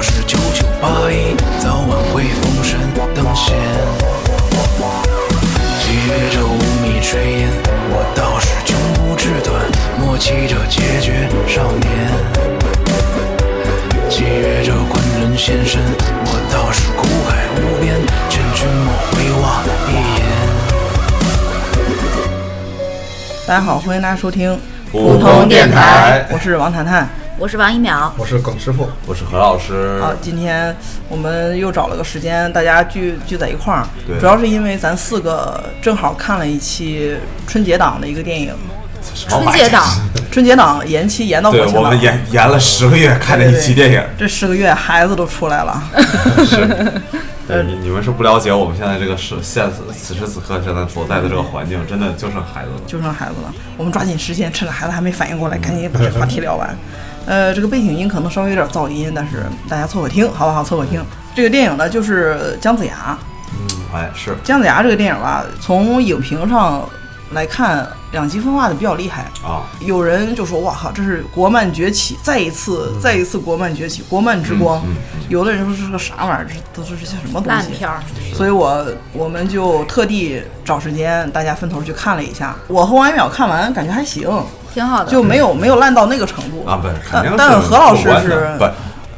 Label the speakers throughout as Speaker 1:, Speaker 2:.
Speaker 1: 是九九八一，早晚会风神登仙。接着无米炊烟，我倒是穷途志短，默契着解决少年。契约着昆仑现身，我倒是苦海无边，劝君莫回望一眼。
Speaker 2: 大家好，欢迎大家收听
Speaker 3: 普通电台
Speaker 2: 我是王谈谈。
Speaker 3: 我是王一淼，
Speaker 4: 我是耿师傅，
Speaker 5: 我是何老师，
Speaker 2: 啊，今天我们又找了个时间，大家聚聚在一块儿，
Speaker 5: 对
Speaker 2: 主要是因为咱四个正好看了一期春节档的一个电影，
Speaker 5: 什么
Speaker 3: 春
Speaker 5: 玩意
Speaker 3: 节
Speaker 5: 儿
Speaker 3: 档，
Speaker 2: 春节档延期延到国
Speaker 5: 对
Speaker 2: 庆
Speaker 5: 我
Speaker 2: 档
Speaker 5: 们，延延了十个月看这一期电影，
Speaker 2: 这十个月孩子都出来了，
Speaker 5: 对你你们是不了解我们现在这个是现此时此刻现在所在的这个环境，真的就剩孩子了。
Speaker 2: 就剩孩子了，我们抓紧时间，趁着孩子还没反应过来，赶紧把这话题聊完。呃，这个背景音可能稍微有点噪音，但是大家凑合听，好不好？凑合听。这个电影呢，就是姜子牙，
Speaker 5: 哎，是
Speaker 2: 姜子牙这个电影吧，从影评上来看，两极分化的比较厉害。
Speaker 5: 啊，
Speaker 2: 有人就说：“哇靠，这是国漫崛起，再一次，再一次国漫崛起，国漫之光。
Speaker 5: 嗯
Speaker 2: 有的人说这是个啥玩意儿，这都是这些什么东
Speaker 3: 烂
Speaker 2: 西
Speaker 3: 片。儿，
Speaker 2: 所以我我们就特地找时间，大家分头去看了一下。我和王一淼看完，感觉还行，
Speaker 3: 挺好的。
Speaker 2: 就没有没有烂到那个程度
Speaker 5: 嗯啊，不是，肯定
Speaker 2: 但
Speaker 5: 是
Speaker 2: 但何老师
Speaker 5: 过关
Speaker 2: 是
Speaker 5: 的不。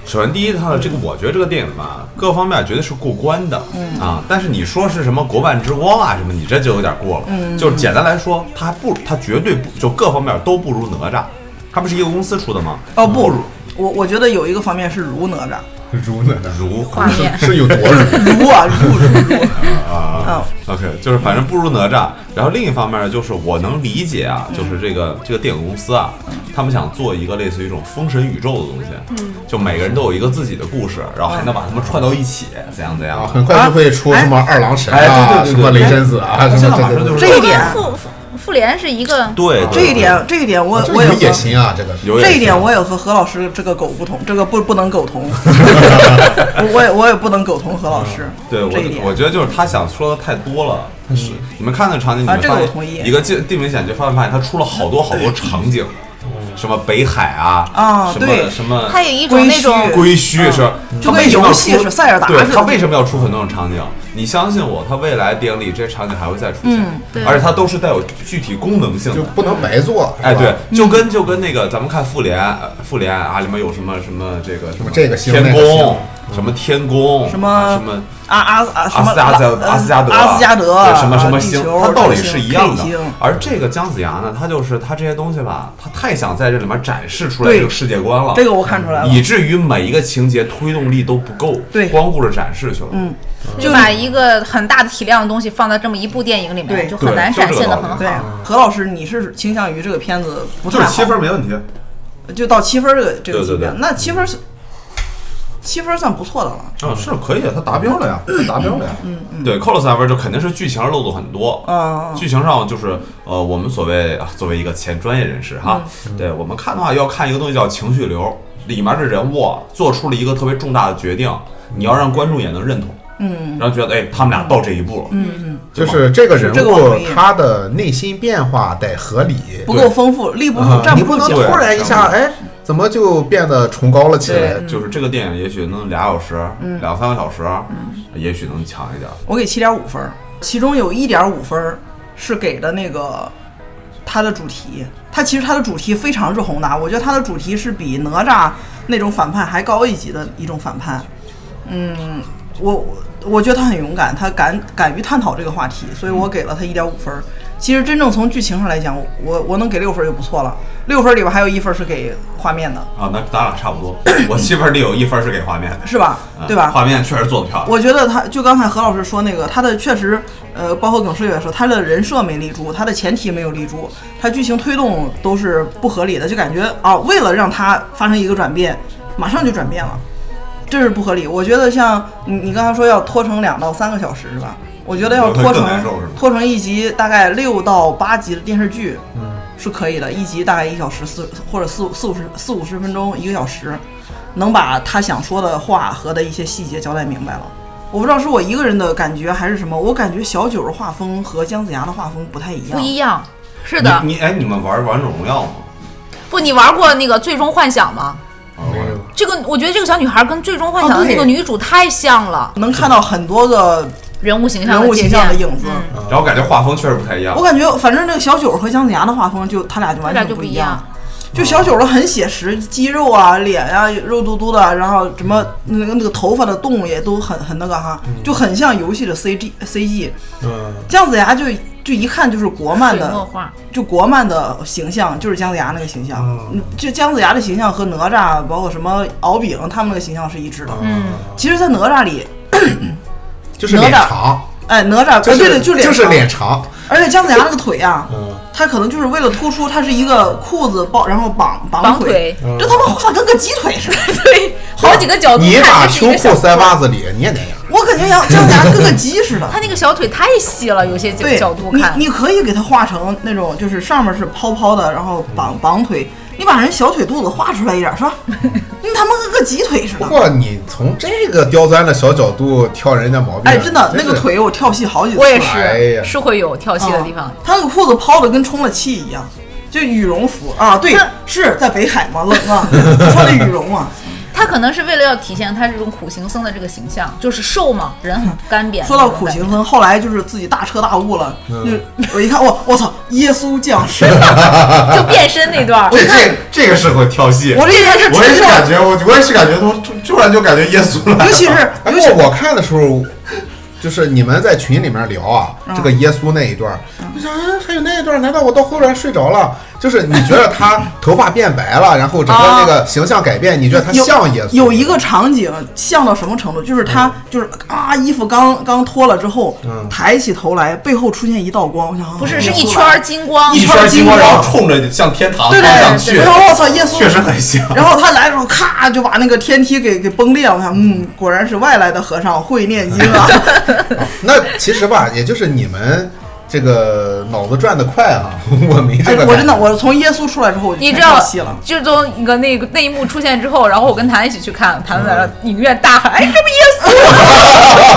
Speaker 5: 首先，第一，它的这个，我觉得这个电影吧，各方面绝对是过关的、
Speaker 2: 嗯
Speaker 5: 啊。但是你说是什么国漫之光啊什么，你这就有点过了。
Speaker 2: 嗯
Speaker 5: 就是简单来说，它还不，它绝对不，就各方面都不如哪吒。它不是一个公司出的吗？
Speaker 2: 哦不
Speaker 5: 如，
Speaker 2: 我我觉得有一个方面是如哪吒，
Speaker 4: 如呢？
Speaker 5: 如
Speaker 3: 画面
Speaker 4: 是有多如？
Speaker 2: 如啊如如如，
Speaker 5: 啊，OK，就是反正不如哪吒。然后另一方面呢，就是我能理解啊，
Speaker 2: 嗯
Speaker 5: 就是这个这个电影公司啊，他们想做一个类似于一种封神宇宙的东西，
Speaker 2: 嗯
Speaker 5: 就每个人都有一个自己的故事，然后还能把他们串到一起，怎样怎样
Speaker 4: 啊，
Speaker 5: 的。
Speaker 4: 很快就会出什么二郎神
Speaker 5: 哎
Speaker 4: 啊，
Speaker 5: 对对对对
Speaker 4: 什么雷神子啊，
Speaker 5: 哎
Speaker 4: 什
Speaker 5: 现
Speaker 4: 么
Speaker 5: 在马上
Speaker 4: 对
Speaker 5: 就
Speaker 4: 对
Speaker 5: 是
Speaker 4: 对
Speaker 2: 这一
Speaker 3: 就
Speaker 2: 点
Speaker 3: 跟复复复联是一个，
Speaker 5: 啊对
Speaker 2: 这一点这一点我
Speaker 4: 这
Speaker 2: 我也
Speaker 4: 有
Speaker 2: 和
Speaker 4: 野心啊，这个
Speaker 5: 有
Speaker 2: 这一
Speaker 5: 是
Speaker 2: 点我也和何老师这个狗不同，这个不不能苟 同，我我也我也不能苟同何老师。
Speaker 5: 嗯对
Speaker 2: 这一
Speaker 5: 我，我
Speaker 2: 点，
Speaker 5: 觉得就是他想说的太多了。
Speaker 4: 嗯
Speaker 5: 他是你们看那场景，你
Speaker 2: 啊
Speaker 5: 们
Speaker 2: 这个
Speaker 5: 发
Speaker 2: 我
Speaker 5: 现
Speaker 2: 同意
Speaker 5: 一个地地名险，就发现发现他出了好多好多场景，什么北海啊，
Speaker 2: 嗯啊
Speaker 5: 什么
Speaker 2: 对
Speaker 5: 什么，
Speaker 3: 它有一种
Speaker 2: 归
Speaker 3: 那
Speaker 2: 墟
Speaker 3: 种
Speaker 5: 归墟是，
Speaker 2: 就
Speaker 4: 嗯
Speaker 5: 他
Speaker 2: 跟
Speaker 5: 为什么要
Speaker 2: 游戏
Speaker 5: 出
Speaker 2: 是塞尔达
Speaker 5: 对
Speaker 2: 似的
Speaker 5: 他为什么要出很多种场景？你相信我，他未来电影里这些场景还会再出现
Speaker 2: 嗯，
Speaker 3: 对
Speaker 5: 而且它都是带有具体功能性的
Speaker 4: 就。嗯不能白做，
Speaker 5: 哎，
Speaker 4: 是吧
Speaker 5: 对，就跟就跟那个咱们看复联，呃复联啊里面有什么什么这个什么
Speaker 4: 这个星
Speaker 5: 天
Speaker 4: 那个
Speaker 5: 宫
Speaker 4: 星，
Speaker 5: 什么天宫，
Speaker 2: 什么
Speaker 5: 啊什么
Speaker 2: 阿阿阿什
Speaker 5: 阿
Speaker 2: 么
Speaker 5: 斯加德
Speaker 2: 拉
Speaker 5: 阿斯加德
Speaker 2: 阿斯加德
Speaker 5: 对什么什么
Speaker 2: 啊地
Speaker 5: 星，
Speaker 2: 球
Speaker 5: 它道理
Speaker 2: 这个
Speaker 5: 是
Speaker 2: 星
Speaker 5: 一样的啊
Speaker 2: 这个星。
Speaker 5: 而这个姜子牙呢，他就是他这些东西吧，他太想在这里面展示出来
Speaker 2: 对
Speaker 5: 这个世界观了，
Speaker 2: 这个我看出来了
Speaker 5: 以，至于每一个情节推动力都不够，
Speaker 2: 对
Speaker 5: 光顾着展示去了，嗯，
Speaker 3: 就把一个很大的体量的东西放在这么一部电影里
Speaker 2: 对
Speaker 3: 面，就很难
Speaker 5: 对
Speaker 3: 展
Speaker 5: 就这
Speaker 3: 现
Speaker 5: 个
Speaker 3: 的
Speaker 5: 道理
Speaker 3: 很
Speaker 2: 对
Speaker 3: 好。
Speaker 2: 何老师，你是倾向于这个片子不太好，
Speaker 5: 没问题，
Speaker 2: 就到七分这个这个级
Speaker 5: 对对
Speaker 2: 别
Speaker 5: 对，
Speaker 2: 那七分是七分算不错的了。
Speaker 5: 嗯，是可以的，他达标了呀，
Speaker 4: 达标了呀。
Speaker 5: 对，扣了三分就肯定是剧情上漏洞很多。
Speaker 2: 嗯嗯
Speaker 5: 剧情上就是呃，我们所谓啊，作为一个前专业人士哈，对我们看的话要看一个东西叫情绪流，里面的人物啊做出了一个特别重大的决定，你要让观众也能认同，嗯，然后觉得哎，他们俩到这一步了，嗯嗯，
Speaker 4: 就是这个人
Speaker 2: 这个我同意
Speaker 4: 物，他的内心变化得合理，
Speaker 2: 不够丰富，力不
Speaker 4: 啊
Speaker 2: 住，站
Speaker 4: 你
Speaker 2: 不住
Speaker 4: 能
Speaker 2: 脚
Speaker 4: 突。然一下，
Speaker 5: 对
Speaker 4: 哎，怎么就变得崇高了起来？
Speaker 5: 就是这个电影也许能俩小时，两三个小时，也许能强一点。
Speaker 2: 我给七点五分儿，其中有一点五分儿是给的那个它的主题，它其实它的主题非常之宏大，我觉得它的主题是比哪吒那种反叛还高一级的一种反叛。嗯，我我我觉得他很勇敢，他敢敢于探讨这个话题，所以我给了他一点五分儿。其实真正从剧情上来讲，我我能给六分儿就不错了，六分儿里边还有一分儿是给画面的，
Speaker 5: 啊，那咱俩差不多。 我七分里有一分是给画面的，
Speaker 2: 是吧？
Speaker 5: 嗯
Speaker 2: 对吧？
Speaker 5: 画面确实做的漂亮。
Speaker 2: 我觉得他就刚才何老师说那个，他的确实，呃，包括耿师也说，他的人设没立住，他的前提没有立住，他剧情推动都是不合理的，就感觉啊，为了让他发生一个转变，马上就转变了，这是不合理。我觉得像你你刚才说要拖成两到三个小时是吧？我觉得要拖成
Speaker 5: 更难受是吧
Speaker 2: 拖成一集大概六到八集的电视剧，
Speaker 5: 嗯
Speaker 2: 是可以的，一集大概一小时四或者四五四五十四五十分钟，一个小时，能把他想说的话和的一些细节交代明白了。我不知道是我一个人的感觉还是什么，我感觉小九的画风和姜子牙的画风不太一样。
Speaker 3: 不一样，是的。
Speaker 5: 你你哎，你们玩王者荣耀吗？
Speaker 3: 不，你玩过那个《最终幻想》吗？
Speaker 5: 啊
Speaker 4: 没有
Speaker 5: 玩
Speaker 3: 这个我觉得这个小女孩跟《最终幻想》
Speaker 2: 哦
Speaker 3: 的
Speaker 2: 对
Speaker 3: 那个女主太像了，
Speaker 2: 能看到很多个
Speaker 3: 人物形象
Speaker 2: 人物
Speaker 3: 借
Speaker 2: 形象的
Speaker 3: 鉴嗯
Speaker 2: 影子。
Speaker 4: 啊
Speaker 5: 然后感觉画风确实不太一样
Speaker 2: 我。感觉，反正这个小九儿和姜子牙的画风就他俩就
Speaker 3: 他
Speaker 2: 完
Speaker 3: 俩
Speaker 2: 全
Speaker 3: 就不
Speaker 2: 一
Speaker 3: 一样。
Speaker 2: 就小九儿的很写实，肌肉啊、脸啊、肉嘟嘟的，然后什么那个那个头发的动也都很很那个哈，就很像游戏的 CG CG。
Speaker 4: 嗯，
Speaker 2: 姜子牙就就一看就是国漫
Speaker 3: 水墨
Speaker 2: 的，
Speaker 3: 画，
Speaker 2: 就国漫的形象就是姜子牙那个形象，嗯就姜子牙的形象和哪吒包括什么敖丙他们那个形象是一致的。
Speaker 3: 嗯，
Speaker 2: 其实，在哪吒里，
Speaker 4: 就是脸
Speaker 2: 哪吒
Speaker 4: 长，
Speaker 2: 哎，哪吒
Speaker 4: 就
Speaker 2: 呃对
Speaker 4: 是
Speaker 2: 对，就脸
Speaker 4: 就是
Speaker 2: 长
Speaker 4: 脸长，
Speaker 2: 而且姜子牙那个腿啊，
Speaker 4: 嗯
Speaker 2: 他可能就是为了突出他是一个裤子包，然后绑
Speaker 3: 绑
Speaker 2: 腿
Speaker 3: 腿，
Speaker 4: 嗯
Speaker 2: 这他妈画得跟个鸡腿似的。
Speaker 3: 对，好几个角度
Speaker 4: 你把
Speaker 3: 看就是
Speaker 4: 秋
Speaker 3: 一个小
Speaker 4: 裤塞
Speaker 3: 腿
Speaker 4: 袜子里，你也那样。
Speaker 2: 我感觉姜姜子牙跟个鸡似的。
Speaker 3: 他那个小腿太细了，有些角
Speaker 2: 对
Speaker 3: 角度
Speaker 2: 你
Speaker 3: 看，
Speaker 2: 你可以给他画成那种，就是上面是泡泡的，然后
Speaker 4: 嗯
Speaker 2: 绑绑腿，你把人小腿肚子画出来一点， 是吧？你他妈跟个鸡腿似
Speaker 4: 不
Speaker 2: 的。
Speaker 4: 过你从这个刁钻的小角度挑人家毛病，啊
Speaker 2: 哎，真的，那
Speaker 4: 是
Speaker 2: 个腿我跳戏好几次了。
Speaker 3: 我也
Speaker 4: 哎
Speaker 3: 是
Speaker 4: 呀
Speaker 3: 是会有跳戏的地
Speaker 2: 啊
Speaker 3: 方。
Speaker 2: 他那个裤子抛的跟充了气一样，就羽绒服啊，对
Speaker 3: 那，
Speaker 2: 是在北海嘛，冷啊，穿的羽 绒啊。
Speaker 3: 他可能是为了要体现他这种苦行僧的这个形象，就是瘦嘛，人很干瘪。
Speaker 2: 说到苦行，僧，后来就是自己大彻大悟了，就我一看，我我操，耶稣降世！
Speaker 3: 就变身那段儿，
Speaker 5: 这这这个时候跳戏，
Speaker 2: 我这一看是
Speaker 5: 我也
Speaker 2: 真
Speaker 5: 是
Speaker 2: 的，
Speaker 5: 感觉，我我也是感觉，突突突然就感觉耶稣来
Speaker 2: 尤其是
Speaker 4: 哎，不过我看的时候，就是你们在群里面聊啊，
Speaker 2: 嗯
Speaker 4: 这个耶稣那一段儿，我想、哎，还有那一段儿，难道我到后边睡着了？就是你觉得他头发变白了，然后整个那个形象改变，你觉得他
Speaker 2: 哦有
Speaker 4: 像耶稣？
Speaker 2: 有一个场景像到什么程度，就是他就是啊，衣服刚刚脱了之后，抬起头来，背后出现一道光，我想啊
Speaker 3: 不是
Speaker 2: 耶
Speaker 3: 是一
Speaker 2: 稣
Speaker 3: 圈
Speaker 2: 来
Speaker 3: 儿
Speaker 2: 了
Speaker 3: 金光
Speaker 5: 一，圈金光，然后冲着向天
Speaker 4: 啊
Speaker 5: 堂
Speaker 2: 对
Speaker 5: 方
Speaker 2: 对
Speaker 5: 向
Speaker 2: 对
Speaker 5: 去
Speaker 2: 对，我，说我操，耶稣
Speaker 5: 确实很像。
Speaker 2: 然后他来的时候，咔就把那个天梯给给崩裂了。我想，嗯，果然是外来的和尚会念经 啊。
Speaker 4: 那其实吧，也就是你们这个脑子转得快啊， 我没这
Speaker 2: 哎
Speaker 4: 个感觉、，
Speaker 2: 我真的，我从耶稣出来之后，我就
Speaker 3: 你
Speaker 2: 全
Speaker 3: 知道
Speaker 2: 跳戏了，。
Speaker 3: 就是从一个那个那一幕出现之后，然后我跟谭一起去看，谭在那影院大喊：“哎，这不耶稣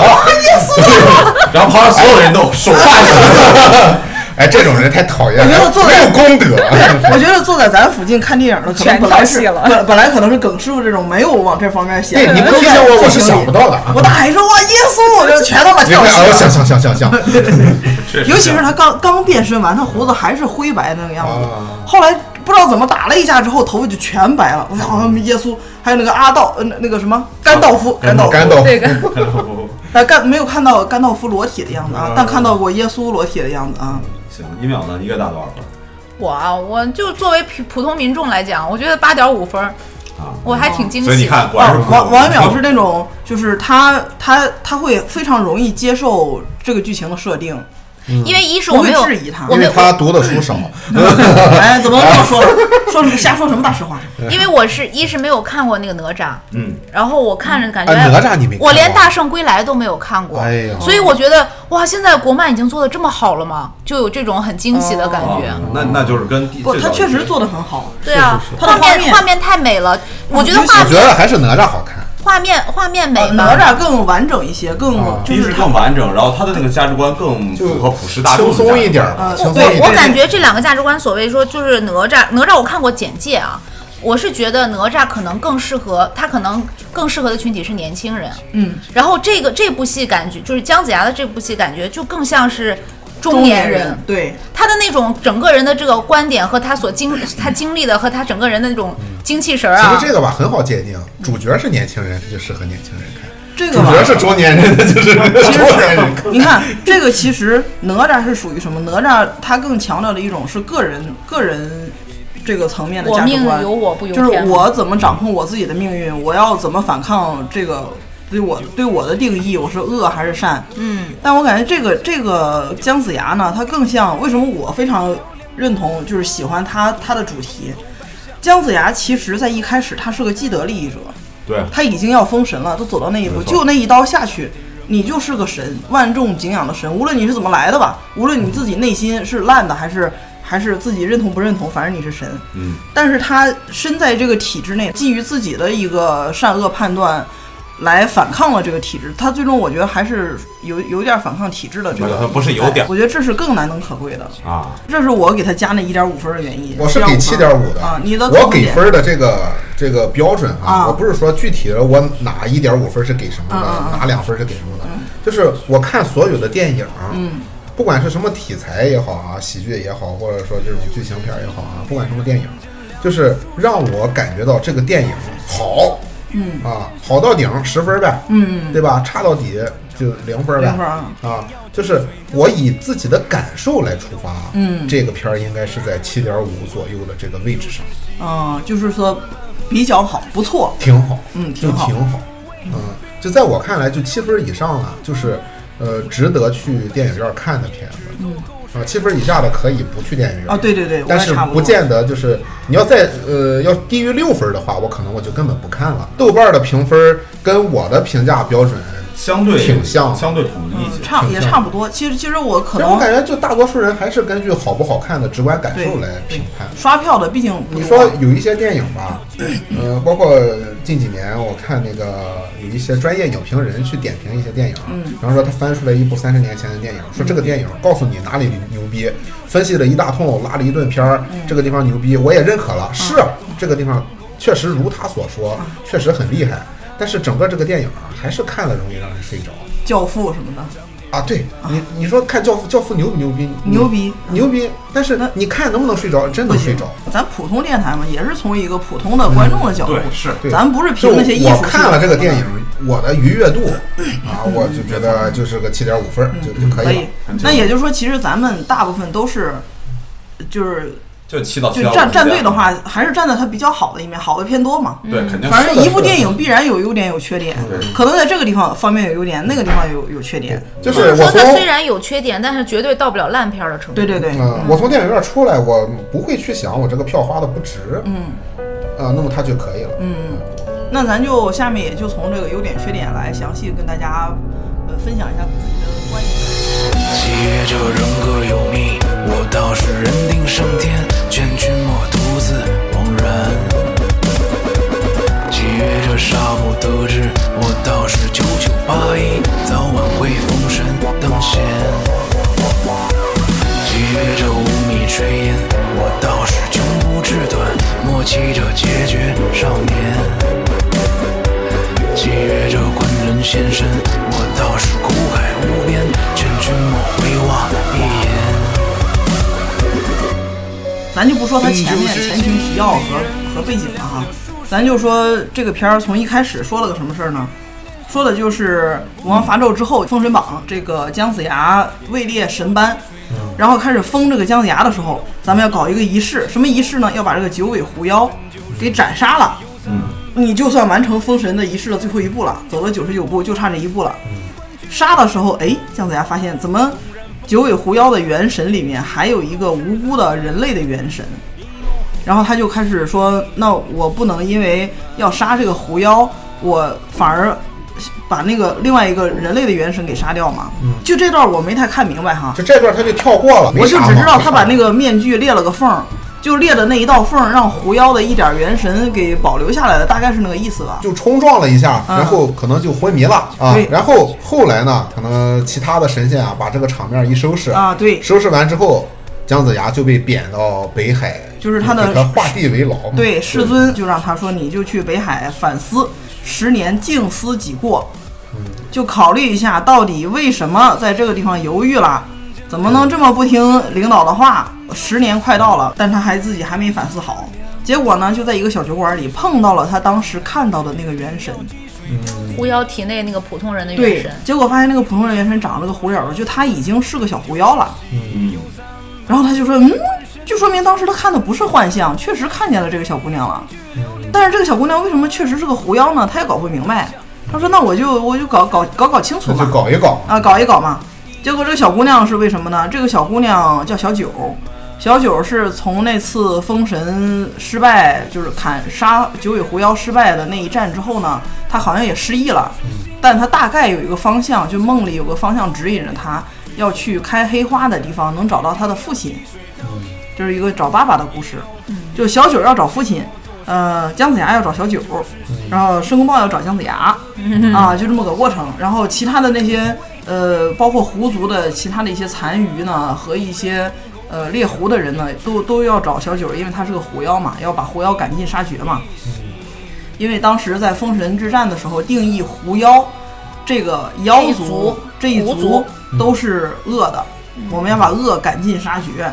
Speaker 5: 然后旁边所有人都手抓起来，
Speaker 4: 哎，这种人太讨厌了，
Speaker 2: 我觉得坐
Speaker 4: 没
Speaker 2: 在
Speaker 4: 有功德。
Speaker 2: 我觉得坐在咱附近看电影的，可能
Speaker 3: 全
Speaker 2: 本来
Speaker 3: 跳
Speaker 2: 是
Speaker 3: 戏了
Speaker 2: 本本来可能是耿师傅这种没有往这方面想
Speaker 4: 对，
Speaker 2: 的，
Speaker 4: 哎你不
Speaker 2: 都
Speaker 4: 提
Speaker 2: 在
Speaker 4: 醒我，我是
Speaker 2: 剧情
Speaker 4: 想
Speaker 2: 里
Speaker 4: 不。到的啊。
Speaker 2: 我大喊一声哇耶稣，我就全他妈
Speaker 4: 你
Speaker 2: 跳
Speaker 4: 会
Speaker 2: 戏
Speaker 4: 啊，我想
Speaker 2: 了。
Speaker 4: 想想想想，
Speaker 5: 确实
Speaker 2: 尤其是他刚刚变身完，他胡子还是灰白那个样子
Speaker 4: 啊，
Speaker 2: 后来不知道怎么打了一架之后，头发就全白了。我想啊耶稣，还有那个阿道，呃，那那个什么甘道
Speaker 4: 啊
Speaker 2: 夫，甘道夫，
Speaker 4: 干豆 腐
Speaker 3: 这个
Speaker 2: 呃，甘没有看到甘道夫裸体的样子啊，但看到过耶稣裸体的样子啊。
Speaker 5: 行，一秒呢，一个大多少分？
Speaker 3: 我啊，我就作为普普通民众来讲，我觉得八点五分儿，
Speaker 5: 啊，
Speaker 3: 我还挺惊喜。
Speaker 5: 所以你看，果然是
Speaker 2: 啊王王王一淼是那种，就是他他他会非常容易接受这个剧情的设定。
Speaker 5: 嗯
Speaker 3: 因为一是
Speaker 2: 不
Speaker 3: 我
Speaker 2: 会
Speaker 3: 没有
Speaker 2: 质疑他
Speaker 3: 我
Speaker 4: 因
Speaker 3: 没有，
Speaker 4: 为他读的书少。
Speaker 2: 哎，怎么这么说的？说瞎说什么大实话？
Speaker 3: 因为我是一是没有看过那个哪吒，
Speaker 5: 嗯，
Speaker 3: 然后我看着感觉、
Speaker 4: 啊哪吒你没看过
Speaker 3: 我连《大圣归来》都没有看过，
Speaker 4: 哎呦
Speaker 3: 所以我觉得哇，现在国漫已经做的这么好了吗？就有这种很惊喜的感
Speaker 5: 啊
Speaker 3: 觉。，
Speaker 5: 那那就是跟第
Speaker 2: 不，
Speaker 5: 最
Speaker 2: 他
Speaker 5: 早
Speaker 2: 确实做的很好。
Speaker 3: 对啊，
Speaker 4: 哦是嗯
Speaker 2: 它的画
Speaker 3: 面
Speaker 2: 面
Speaker 3: 画面太美了，我觉得
Speaker 2: 尤其
Speaker 3: 画
Speaker 4: 我觉得还是哪吒好看。
Speaker 3: 画面画面美
Speaker 2: 呃哪
Speaker 3: 吧
Speaker 2: 吒更完整一些，更
Speaker 4: 啊
Speaker 2: 就
Speaker 5: 一是
Speaker 2: 是
Speaker 5: 更完整，然后他的那个价值观更符合普世大众的价值
Speaker 4: 轻
Speaker 5: 观，
Speaker 4: 松一点儿吧，
Speaker 2: 嗯
Speaker 4: 轻松一点
Speaker 3: 我
Speaker 4: 儿。
Speaker 3: 我感觉这两个价值观，所谓说就是哪吒，哪吒我看过简介啊，我是觉得哪吒可能更适合他，可能更适合的群体是年轻人。
Speaker 2: 嗯，
Speaker 3: 然后这个这部戏感觉就是姜子牙的这部戏感觉就更像是中
Speaker 2: 中
Speaker 3: 年
Speaker 2: 年
Speaker 3: 人，
Speaker 2: 人对。
Speaker 3: 他的那种整个人的这个观点和他 所经他经历的和他整个人的那种精气神儿
Speaker 4: 其
Speaker 3: 啊
Speaker 4: 实，这个吧很好界定，主角是年轻人，这就适合年轻人看；
Speaker 2: 这个
Speaker 4: 主
Speaker 2: 吧，
Speaker 4: 角是中年人，那就是
Speaker 2: 其实
Speaker 4: 中年人看。
Speaker 2: 你看这个，其实哪吒是属于什么？哪吒他更强调的一种是个人个人这个层面的
Speaker 3: 我
Speaker 2: 价值
Speaker 3: 命
Speaker 2: 观，
Speaker 3: 由我不由
Speaker 2: 就是
Speaker 3: 天嘛。
Speaker 2: 我怎么掌控我自己的命运，我要怎么反抗这个对我对我的定义，我是恶还是善？
Speaker 3: 嗯，
Speaker 2: 但我感觉这个这个姜子牙呢，他更像为什么我非常认同，就是喜欢他他的主题。姜子牙其实，在一开始他是个既得利益者，
Speaker 5: 对，
Speaker 2: 他已经要封神了，都走到那一步，
Speaker 5: 没错
Speaker 2: 就那一刀下去，你就是个神，万众敬仰的神。无论你是怎么来的吧，无论你自己内心是烂的还是还是自己认同不认同，反正你是神。
Speaker 5: 嗯，
Speaker 2: 但是他身在这个体制内，基于自己的一个善恶判断。来反抗了这个体制，他最终我觉得还是有有点反抗体制的这
Speaker 5: 不是
Speaker 2: 个，
Speaker 5: 他不是有点
Speaker 2: 我觉得这是更难能可贵的，
Speaker 5: 啊，
Speaker 2: 这是我给他加那一点五分的原因。
Speaker 4: 我是给七点五的
Speaker 2: 啊，你的
Speaker 4: 我
Speaker 2: 总
Speaker 4: 给
Speaker 2: 点
Speaker 4: 分儿的这个这个标准
Speaker 2: 啊
Speaker 4: 啊，我不是说具体的我哪一点五分是给什么
Speaker 2: 嗯嗯嗯
Speaker 4: 的，哪两分是给什么的，就是我看所有的电影，嗯，不管是什么题材也好啊，喜剧也好，或者说这种剧情片也好啊，不管什么电影，就是让我感觉到这个电影好，嗯啊，好到顶十分呗，嗯，对吧？差到底就零分呗，
Speaker 2: 零分啊
Speaker 4: 啊，就是我以自己的感受来出发，嗯，这个片儿应该是在七点五左右的这个位置上，
Speaker 2: 嗯，就是说比较好，不错，
Speaker 4: 挺好，
Speaker 2: 嗯挺
Speaker 4: 就
Speaker 2: 好
Speaker 4: 挺好，嗯，就在我看来，就七分以上了，就是呃，值得去电影院看的片子，嗯，啊，七分以下的可以不去电影院
Speaker 2: 啊对对对我也
Speaker 4: 但是
Speaker 2: 差不多
Speaker 4: 不见得就是你要再呃要低于六分的话，我可能我就根本不看了。豆瓣的评分跟我的评价标准，
Speaker 5: 相对
Speaker 4: 挺像
Speaker 5: 相对统一一些。
Speaker 2: 嗯差
Speaker 4: 挺
Speaker 2: 也
Speaker 4: 像
Speaker 2: 差不多。其实其实我可
Speaker 4: 其实我
Speaker 2: 能
Speaker 4: 感觉就大多数人还是根据好不好看的直观感受来评判。
Speaker 2: 刷票的，毕竟不
Speaker 4: 你
Speaker 2: 多
Speaker 4: 说有一些电影吧，呃，包括近几年我看那个有一些专业影评人去点评一些电影，
Speaker 2: 嗯
Speaker 4: 然后说他翻出来一部三十年前的电影，说这个电影告诉你哪里牛逼，分析了一大通，拉了一顿片
Speaker 2: 嗯
Speaker 4: 儿，这个地方牛逼，我也认可了，是啊这个地方确实如他所说，
Speaker 2: 嗯
Speaker 4: 确实很厉害，但是整个这个电影啊，还是看了容易让人睡着。
Speaker 2: 教父什么的，
Speaker 4: 啊，对你，你说看《教父》，《教父》牛不牛逼？
Speaker 2: 牛逼啊
Speaker 4: 牛逼！但是
Speaker 2: 那
Speaker 4: 你看能不能睡着？真能睡着。
Speaker 2: 咱普通电台嘛，也是从一个普通的观众的角度，
Speaker 5: 对是
Speaker 4: 对
Speaker 2: 咱不是凭
Speaker 4: 就
Speaker 2: 那些艺
Speaker 4: 我
Speaker 2: 术性
Speaker 4: 看了这个电影，我的愉悦度啊，我就觉得就是个七点五
Speaker 2: 嗯
Speaker 4: 分儿就就可
Speaker 2: 可
Speaker 4: 以
Speaker 2: 以
Speaker 4: 了。。
Speaker 2: 那也就是说，其实咱们大部分都是，就是
Speaker 5: 就七到七
Speaker 2: 就
Speaker 5: 点五
Speaker 2: 站
Speaker 5: 之间
Speaker 2: 站队的，话，还是站在它比较好的一面，好的偏多嘛。
Speaker 5: 对，肯定
Speaker 2: 反
Speaker 5: 是
Speaker 2: 正
Speaker 5: 的
Speaker 2: 一部电影必然有优点有缺点，可能在这个地方方面有优点，那个地方有有缺点。
Speaker 4: 就是
Speaker 3: 或者
Speaker 4: 我
Speaker 3: 说它
Speaker 4: 从
Speaker 3: 虽然有缺点，但是绝对到不了烂片儿的程度。
Speaker 2: 对对对，
Speaker 4: 嗯，我从电影院出来，我不会去想我这个票花的不值。嗯，啊，那么它就可以了。嗯，
Speaker 2: 那咱就下面也就从这个优点缺点来详细跟大家呃分享一下自己的观点。
Speaker 1: 七月这人各有命，我倒是人定胜天，劝君莫独自枉然。七月这杀不得志，我倒是九九八一，早晚会封神登仙。七月这无米炊烟，我倒是穷不志短，莫欺这孑绝少年。七月这昆仑现身，我倒是苦海无边，劝君莫回望一眼。
Speaker 2: 咱就不说它前面前情提要和和背景了哈，咱就说这个片儿从一开始说了个什么事儿呢？说的就是武王伐纣之后，封神榜这个姜子牙位列神班，然后开始封这个姜子牙的时候，咱们要搞一个仪式，什么仪式呢？要把这个九尾狐妖给斩杀了。嗯，你就算完成封神的仪式的最后一步了，走了九十九步，就差这一步了。杀的时候，哎，姜子牙发现怎么九尾狐妖的元神里面还有一个无辜的人类的元神，然后他就开始说，那我不能因为要杀这个狐妖，我反而把那个另外一个人类的元神给杀掉嘛。就这段我没太看明白哈，
Speaker 4: 就这段他就跳过了。
Speaker 2: 我
Speaker 4: 嗯没
Speaker 2: 是
Speaker 4: 啥
Speaker 2: 只
Speaker 4: 嘛
Speaker 2: 知道他把那个面具裂了个缝儿，就裂的那一道缝儿，让狐妖的一点元神给保留下来了，大概是那个意思吧。
Speaker 4: 就冲撞了一下，
Speaker 2: 嗯
Speaker 4: 然后可能就昏迷了啊
Speaker 2: 对。
Speaker 4: 然后后来呢，可能其他的神仙啊，把这个场面一收拾
Speaker 2: 啊对
Speaker 4: 收拾完之后，姜子牙就被贬到北海，
Speaker 2: 就是他的
Speaker 4: 给他画地为牢嘛。
Speaker 2: 对，世尊就让他说，你就去北海反思十年，静思己过，就考虑一下到底为什么在这个地方犹豫了，怎么能这么不听领导的话？十年快到了，但他还自己还没反思好，结果呢，就在一个小酒馆里碰到了他当时看到的那个元神，
Speaker 3: 狐妖体内那个普通人的元
Speaker 2: 对
Speaker 3: 神，，
Speaker 2: 结果发现那个普通人原神长了个狐脸儿，就他已经是个小狐妖了。嗯，然后他就说，嗯，就说明当时他看的不是幻象，确实看见了这个小姑娘了。但是这个小姑娘为什么确实是个狐妖呢？他也搞不明白。他说，那我就我就搞搞搞搞清楚
Speaker 4: 那
Speaker 2: 吧
Speaker 4: 就，搞一搞。
Speaker 2: 啊，搞一搞嘛。结果这个小姑娘是为什么呢？这个小姑娘叫小九，小九是从那次封神失败，就是砍杀九尾狐妖失败的那一战之后呢，她好像也失忆了，但她大概有一个方向，就梦里有个方向指引着她要去开黑花的地方，能找到她的父亲，就是一个找爸爸的故事。就小九要找父亲，呃，姜子牙要找小九，然后申公豹要找姜子牙，啊，就这么个过程。然后其他的那些呃，包括狐族的其他的一些残余呢，和一些呃猎狐的人呢，都都要找小九，因为他是个狐妖嘛，要把狐妖赶尽杀绝嘛。因为当时在封神之战的时候，定义狐妖这个妖族
Speaker 3: 这
Speaker 2: 这
Speaker 3: 一
Speaker 2: 一
Speaker 3: 族嗯狐
Speaker 2: 族都是恶的，我们要把恶赶尽杀绝，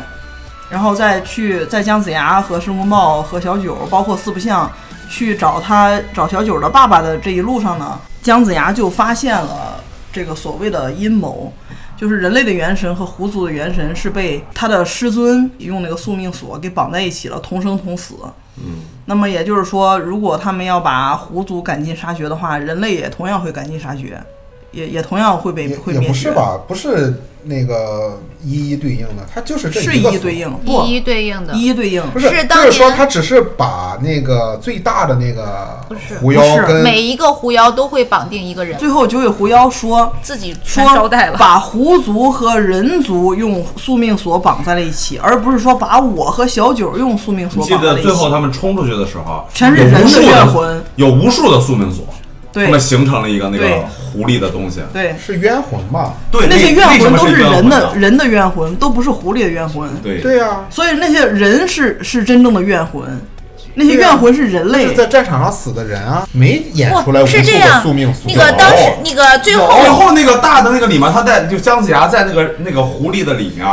Speaker 2: 然后再去再姜子牙和申公豹和小九，包括四不像去找他找小九的爸爸的这一路上呢，姜子牙就发现了这个所谓的阴谋。就是人类的元神和狐族的元神是被他的师尊用那个宿命锁给绑在一起了，同生同死。
Speaker 4: 嗯
Speaker 2: 那么也就是说，如果他们要把狐族赶尽杀绝的话，人类也同样会赶尽杀绝，也也同样会被
Speaker 4: 也
Speaker 2: 会
Speaker 4: 也
Speaker 2: 灭
Speaker 4: 不
Speaker 2: 绝。
Speaker 4: 是？吧？不是那个一一对应的，它就是这
Speaker 2: 是
Speaker 4: 一
Speaker 2: 一
Speaker 4: 个
Speaker 2: 一
Speaker 4: 组
Speaker 2: 对应，不
Speaker 3: 一一对应的，
Speaker 2: 一一对应。
Speaker 4: 不是，
Speaker 3: 是
Speaker 4: 就
Speaker 3: 当
Speaker 4: 是说
Speaker 3: 年
Speaker 4: 他只是把那个最大的那个
Speaker 3: 是
Speaker 4: 狐妖
Speaker 2: 不是
Speaker 4: 跟
Speaker 3: 每一个狐妖都会绑定一个人，
Speaker 2: 最后九尾狐妖说
Speaker 3: 自己全
Speaker 2: 说
Speaker 3: 捎带了。
Speaker 2: 把狐族和人族用宿命锁绑在了一起，而不是说把我和小九用宿命锁
Speaker 5: 记
Speaker 2: 绑在
Speaker 5: 得
Speaker 2: 了一
Speaker 5: 最后
Speaker 2: 起。
Speaker 5: 他们冲出去的时候，
Speaker 2: 全是
Speaker 5: 有
Speaker 2: 人
Speaker 5: 无
Speaker 2: 的
Speaker 5: 数
Speaker 2: 怨魂，
Speaker 5: 有无数的宿命锁，
Speaker 2: 对
Speaker 5: 他们形成了一个那
Speaker 2: 对
Speaker 5: 个狐狸的东西。
Speaker 2: 对，
Speaker 4: 是冤魂嘛？
Speaker 5: 对，
Speaker 2: 那些怨
Speaker 5: 为什
Speaker 2: 魂
Speaker 5: 么
Speaker 2: 都
Speaker 5: 是
Speaker 2: 人
Speaker 5: 的
Speaker 2: 的。啊人的怨魂，都不是狐狸的怨魂。
Speaker 5: 对
Speaker 4: 对呀、
Speaker 2: 所以那些人是是真正的怨魂，那些怨魂是人
Speaker 4: 就
Speaker 2: 类。
Speaker 4: 是在战场上死的人啊，没演
Speaker 3: 哇
Speaker 4: 出来无数
Speaker 3: 是这
Speaker 4: 的
Speaker 3: 样
Speaker 4: 宿命，锁。
Speaker 3: 那个当时那个最后
Speaker 5: 最后那个大的那个里面，他在就姜子牙在那个那个狐狸的里面，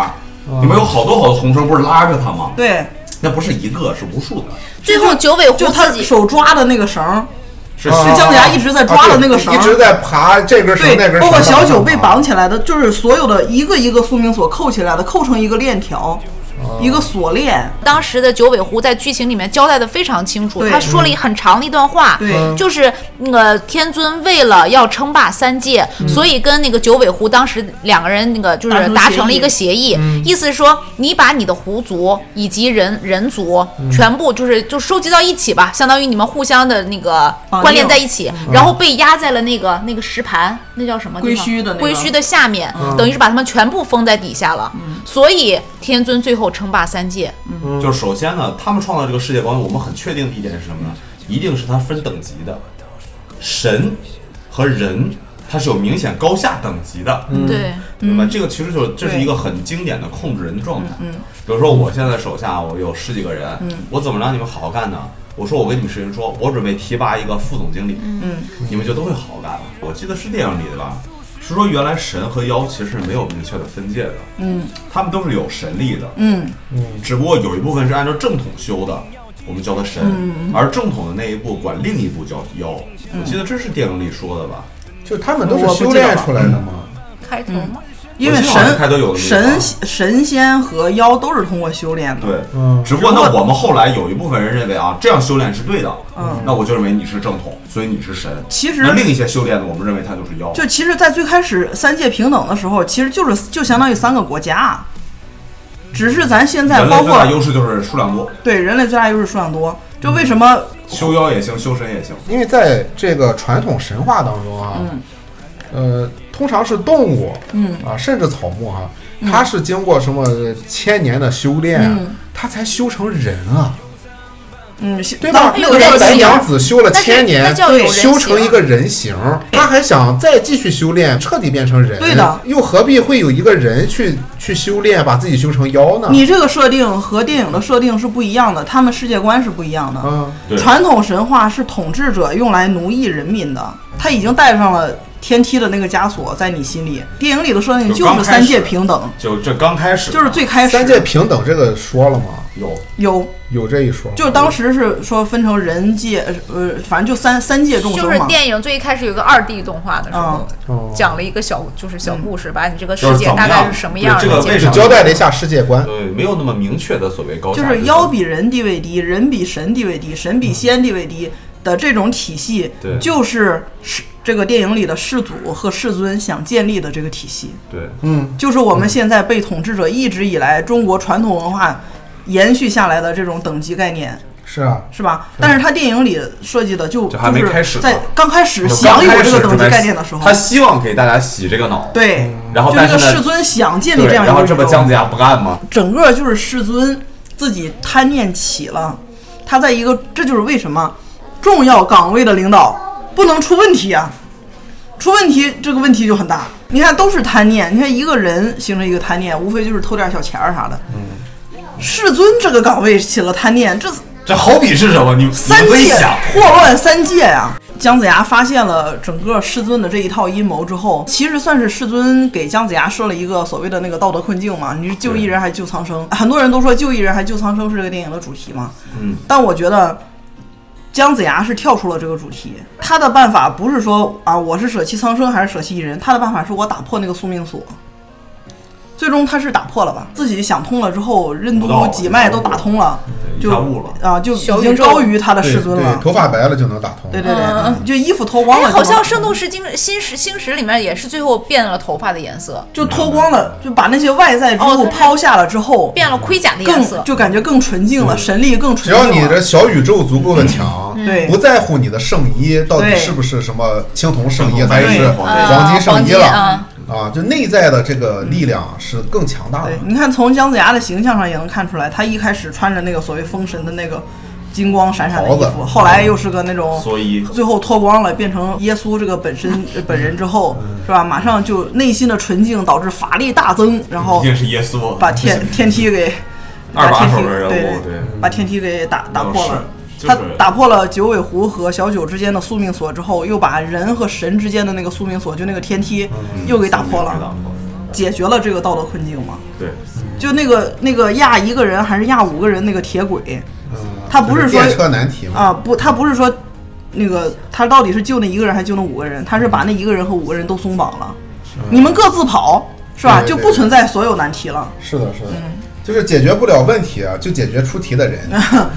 Speaker 5: 你们有好多好多红绳，不是拉着他吗？
Speaker 2: 嗯对，
Speaker 5: 那不是一个，是无数的，
Speaker 3: 最后九尾狐
Speaker 2: 就他
Speaker 3: 自己
Speaker 2: 手抓的那个绳儿，
Speaker 5: 是
Speaker 4: 啊
Speaker 2: 是姜子牙一直在抓的那个绳
Speaker 4: 啊对一直在爬这根绳那根
Speaker 2: 对，
Speaker 4: 绳，
Speaker 2: 包括小
Speaker 5: 啊
Speaker 2: 九被绑起来的，就是所有的一个一个宿命锁扣起来的，扣成一个链条，
Speaker 5: 哦
Speaker 2: 一个锁链。
Speaker 3: 当时的九尾狐在剧情里面交代的非常清楚，
Speaker 2: 对
Speaker 3: 他说了一很长的一段话，
Speaker 2: 对嗯
Speaker 3: 就是那个天尊为了要称霸三界，
Speaker 2: 嗯
Speaker 3: 所以跟那个九尾狐当时两个人那个就是
Speaker 2: 达成
Speaker 3: 达
Speaker 2: 协议
Speaker 3: 成了一个协议，
Speaker 2: 嗯
Speaker 3: 意思是说你把你的狐族以及人人族
Speaker 2: 嗯
Speaker 3: 全部就是就收集到一起吧，相当于你们互相的那个
Speaker 2: 绑定嗯
Speaker 3: 关联在一起，然后被压在了那个那个石盘，那叫什么地方
Speaker 2: 龟墟的那个嗯
Speaker 3: 龟墟的下面，等于是把他们全部封在底下了，所以天尊最后称霸三界。
Speaker 5: 就是首先呢，他们创造这个世界观，我们很确定的一点是什么呢？一定是它分等级的，神和人它是有明显高下等级的，
Speaker 3: 对，
Speaker 5: 对吧？这个其实就是这是一个很经典的控制人的状态。比如说我现在手下我有十几个人，我怎么让你们好好干呢？我说我跟你们实行说，我准备提拔一个副总经理，嗯，你们就都会好好干了。我记得是电影里的吧，是说原来神和妖其实是没有明确的分界的，嗯，他们都是有神力的，
Speaker 2: 嗯，
Speaker 5: 只不过有一部分是按照正统修的，我们叫它神，而正统的那一部管另一部叫妖。我记得这是电影里说的吧？
Speaker 4: 就他们都是修炼出来的嘛。
Speaker 3: 开头嘛，
Speaker 2: 因为
Speaker 5: 我记得好像开头有
Speaker 2: 神
Speaker 5: 个
Speaker 2: 神神仙和妖都是通过修炼的。
Speaker 5: 对，只不过呢，我们后来有一部分人认为啊，这样修炼是对的，那我就认为你是正统，所以你是神。
Speaker 2: 嗯其实
Speaker 5: 那另一些修炼的，我们认为他就是妖。
Speaker 2: 就其实，在最开始三界平等的时候，其实就是就相当于三个国家，啊只是咱现在
Speaker 5: 人类
Speaker 2: 包
Speaker 5: 最
Speaker 2: 括
Speaker 5: 大优势就是数量多，
Speaker 2: 对人类最大优势数量多，就为什么
Speaker 5: 修妖也行，修神也行。
Speaker 4: 因为在这个传统神话当中啊，呃，通常是动物，嗯啊，甚至草木哈、它是经过什么千年的修炼啊，它才修成人啊，
Speaker 2: 嗯
Speaker 4: 对吧？
Speaker 3: 那有人
Speaker 4: 像咱
Speaker 3: 形
Speaker 4: 娘子修了千
Speaker 3: 那
Speaker 4: 年
Speaker 3: 是那叫有，人
Speaker 4: 修成
Speaker 3: 形
Speaker 4: 一个人形，她还想再继续修炼，彻底变成人，
Speaker 2: 对的
Speaker 4: 又何必会有一个人去去修炼，把自己修成妖呢？
Speaker 2: 你这个设定和电影的设定是不一样的，他们世界观是不一样的。
Speaker 4: 嗯，
Speaker 5: 对
Speaker 2: 传统神话是统治者用来奴役人民的，他已经带上了天梯的那个枷锁在你心里。电影里的设定
Speaker 5: 就
Speaker 2: 就
Speaker 5: 刚
Speaker 2: 是
Speaker 5: 开
Speaker 2: 三界
Speaker 5: 始
Speaker 2: 平等，
Speaker 5: 就这刚开始，
Speaker 2: 就是最开始
Speaker 4: 三界平等这个说了吗？
Speaker 5: 有
Speaker 2: 有，
Speaker 4: 有这一说吗，
Speaker 2: 就是当时是说分成人界，呃，反正就三三界众
Speaker 3: 就
Speaker 2: 生
Speaker 3: 是
Speaker 2: 嘛。
Speaker 3: 电影最一开始有个二 D 动画的时候，
Speaker 4: 哦
Speaker 3: 讲了一个小就是小故事，把你这个
Speaker 5: 就
Speaker 3: 世
Speaker 5: 是
Speaker 3: 界
Speaker 5: 怎么
Speaker 3: 大概
Speaker 5: 样
Speaker 3: 是什么
Speaker 5: 对
Speaker 3: 样的
Speaker 5: 这个
Speaker 3: 介
Speaker 5: 为
Speaker 3: 绍
Speaker 5: 什么
Speaker 4: 交代了一下世界观。
Speaker 5: 对，没有那么明确的所谓高下
Speaker 2: 就
Speaker 5: 之分，
Speaker 2: 是妖比人地位低，人比神地位低，神比仙地位低的这种体系
Speaker 5: 对，
Speaker 2: 就是是这个电影里的世祖和世尊想建立的这个体系，
Speaker 5: 对，
Speaker 2: 就是我们现在被统治者一直以来中国传统文化延续下来的这种等级概念。
Speaker 4: 是啊，
Speaker 2: 是吧？但是他电影里设计的就
Speaker 5: 这还没开始
Speaker 2: 就是
Speaker 5: 呢
Speaker 2: 在刚开始
Speaker 5: 就
Speaker 2: 想
Speaker 5: 刚
Speaker 2: 有
Speaker 5: 开
Speaker 2: 这
Speaker 5: 始
Speaker 2: 个等级
Speaker 5: 准备
Speaker 2: 概念的时候
Speaker 5: 他，希望给大家洗这个脑，
Speaker 2: 对，
Speaker 5: 然后
Speaker 2: 就
Speaker 5: 但
Speaker 2: 那
Speaker 5: 是
Speaker 2: 个
Speaker 5: 呢
Speaker 2: 世尊想建立
Speaker 5: 对，
Speaker 2: 这样一
Speaker 5: 然
Speaker 2: 个
Speaker 5: 后
Speaker 2: 宇
Speaker 5: 这
Speaker 2: 宙
Speaker 5: 不姜子牙不干吗？
Speaker 2: 整个就是世尊自己贪念起了，他在一个这就是为什么重要岗位的领导不能出问题啊，出问题这个问题就很大。你看都是贪念，你看一个人形成一个贪念，无非就是偷点小钱儿啥的。世尊这个岗位起了贪念，这
Speaker 5: 这好比是什么？你你
Speaker 2: 三
Speaker 5: 自己
Speaker 2: 界
Speaker 5: 想，
Speaker 2: 祸乱三界呀、姜子牙发现了整个世尊的这一套阴谋之后，其实算是世尊给姜子牙设了一个所谓的那个道德困境嘛。你是救一人还救苍生？很多人都说救一人还救苍生是这个电影的主题嘛。
Speaker 5: 嗯，
Speaker 2: 但我觉得姜子牙是跳出了这个主题，他的办法不是说啊我是舍弃苍生还是舍弃一人，他的办法是我打破那个宿命锁。最终他是打破了吧，自己想通了之后，任督
Speaker 5: 悟道了
Speaker 2: 几脉都打通了，
Speaker 5: 对
Speaker 2: 就
Speaker 5: 一下悟了
Speaker 2: 啊，就已
Speaker 3: 小宇
Speaker 2: 经
Speaker 3: 宙
Speaker 2: 高于他的
Speaker 4: 对
Speaker 2: 世尊
Speaker 4: 对，
Speaker 2: 啊了。
Speaker 4: 头发白了就能打通。
Speaker 2: 对对
Speaker 3: 嗯
Speaker 2: 对，就衣服脱光
Speaker 3: 哎，
Speaker 2: 了，
Speaker 3: 好像《
Speaker 2: 是
Speaker 3: 圣斗士星星矢》星矢里面也是最后变了头发的颜色，
Speaker 2: 就脱光了，就把那些外在之
Speaker 3: 哦
Speaker 2: 物
Speaker 3: 对对
Speaker 2: 抛下了之后，
Speaker 3: 变了盔甲的颜色
Speaker 2: 更。就感觉更纯净了，神力更
Speaker 4: 嗯只
Speaker 2: 纯
Speaker 4: 要
Speaker 2: 净
Speaker 4: 你
Speaker 2: 了。
Speaker 4: 的小宇宙足够的强，
Speaker 2: 对
Speaker 4: 不在乎你的圣衣到底
Speaker 2: 嗯对
Speaker 4: 是不是什么青铜圣衣，还
Speaker 5: 对
Speaker 4: 是黄金圣衣了
Speaker 3: 啊
Speaker 4: 啊，就内在的这个力量是更强大的
Speaker 2: 对，。你看从姜子牙的形象上也能看出来，他一开始穿着那个所谓封神的那个金光闪闪的衣
Speaker 4: 袍
Speaker 2: 服，
Speaker 4: 子
Speaker 2: 后来又是个那种
Speaker 5: 所以
Speaker 2: 最后脱光了，变成耶稣这个本身呃本人之后，
Speaker 4: 嗯
Speaker 2: 是吧？马上就内心的纯净导致法力大增，然后
Speaker 5: 一定是耶稣
Speaker 2: 把天天梯给
Speaker 5: 二把
Speaker 2: 把天
Speaker 5: 手
Speaker 2: 梯
Speaker 5: 的人
Speaker 2: 对
Speaker 5: 物，对，
Speaker 2: 把天梯给打打破了。
Speaker 5: 就是
Speaker 2: 他打破了九尾狐和小九之间的宿命锁之后，又把人和神之间的那个宿命锁，就那个天
Speaker 5: 嗯
Speaker 2: 梯，又给打破
Speaker 5: 给打
Speaker 2: 了，
Speaker 5: 破了
Speaker 2: 解决了这个道德困境嘛。
Speaker 5: 对，
Speaker 2: 就那个那个压一个人还是压五个人那个铁轨
Speaker 5: 嗯
Speaker 2: 他不
Speaker 4: 就是是
Speaker 2: 说
Speaker 4: 电车难题嘛？
Speaker 2: 啊，不，他不是说那个他到底是救那一个人还是救那五个人，他是把那一个人和五个人都松绑了，你们各自跑是吧？
Speaker 4: 对
Speaker 2: 就
Speaker 4: 对
Speaker 2: 不存在所有难题了。
Speaker 4: 是的，是的，
Speaker 2: 嗯
Speaker 4: 就是解决不了问题啊，就解决出题的人。
Speaker 2: 啊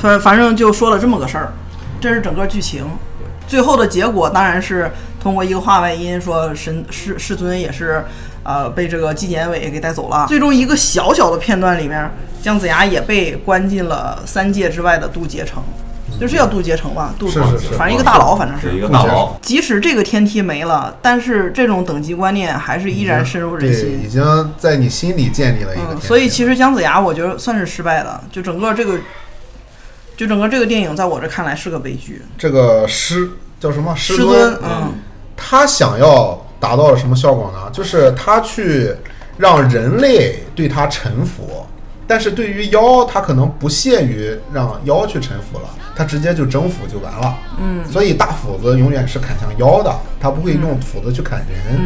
Speaker 2: 反反正就说了这么个事儿，这是整个剧情。最后的结果当然是通过一个话外音说神世世尊也是，呃，被这个纪检委给带走了。最终一个小小的片段里面，姜子牙也被关进了三界之外的渡劫城，就是叫渡劫城吧，渡
Speaker 4: 是是是
Speaker 2: 反正一个大牢，反正
Speaker 5: 是一
Speaker 2: 是。
Speaker 5: 个大佬，
Speaker 2: 即使这个天梯没了，但是这种等级观念还是依然深入人
Speaker 4: 对，已
Speaker 2: 心。
Speaker 4: 经在你心里建立了一个天
Speaker 2: 嗯，
Speaker 4: 平。
Speaker 2: 所以其实姜子牙我觉得算是失败的，就整个这个，就整个这个电影在我这看来是个悲剧。
Speaker 4: 这个师叫什么？师
Speaker 2: 师尊，嗯，
Speaker 4: 他想要达到什么效果呢？就是他去让人类对他臣服，但是对于妖，他可能不屑于让妖去臣服了，他直接就征服就完了。嗯，所以大斧子永远是砍向妖的，他不会用斧子去砍人。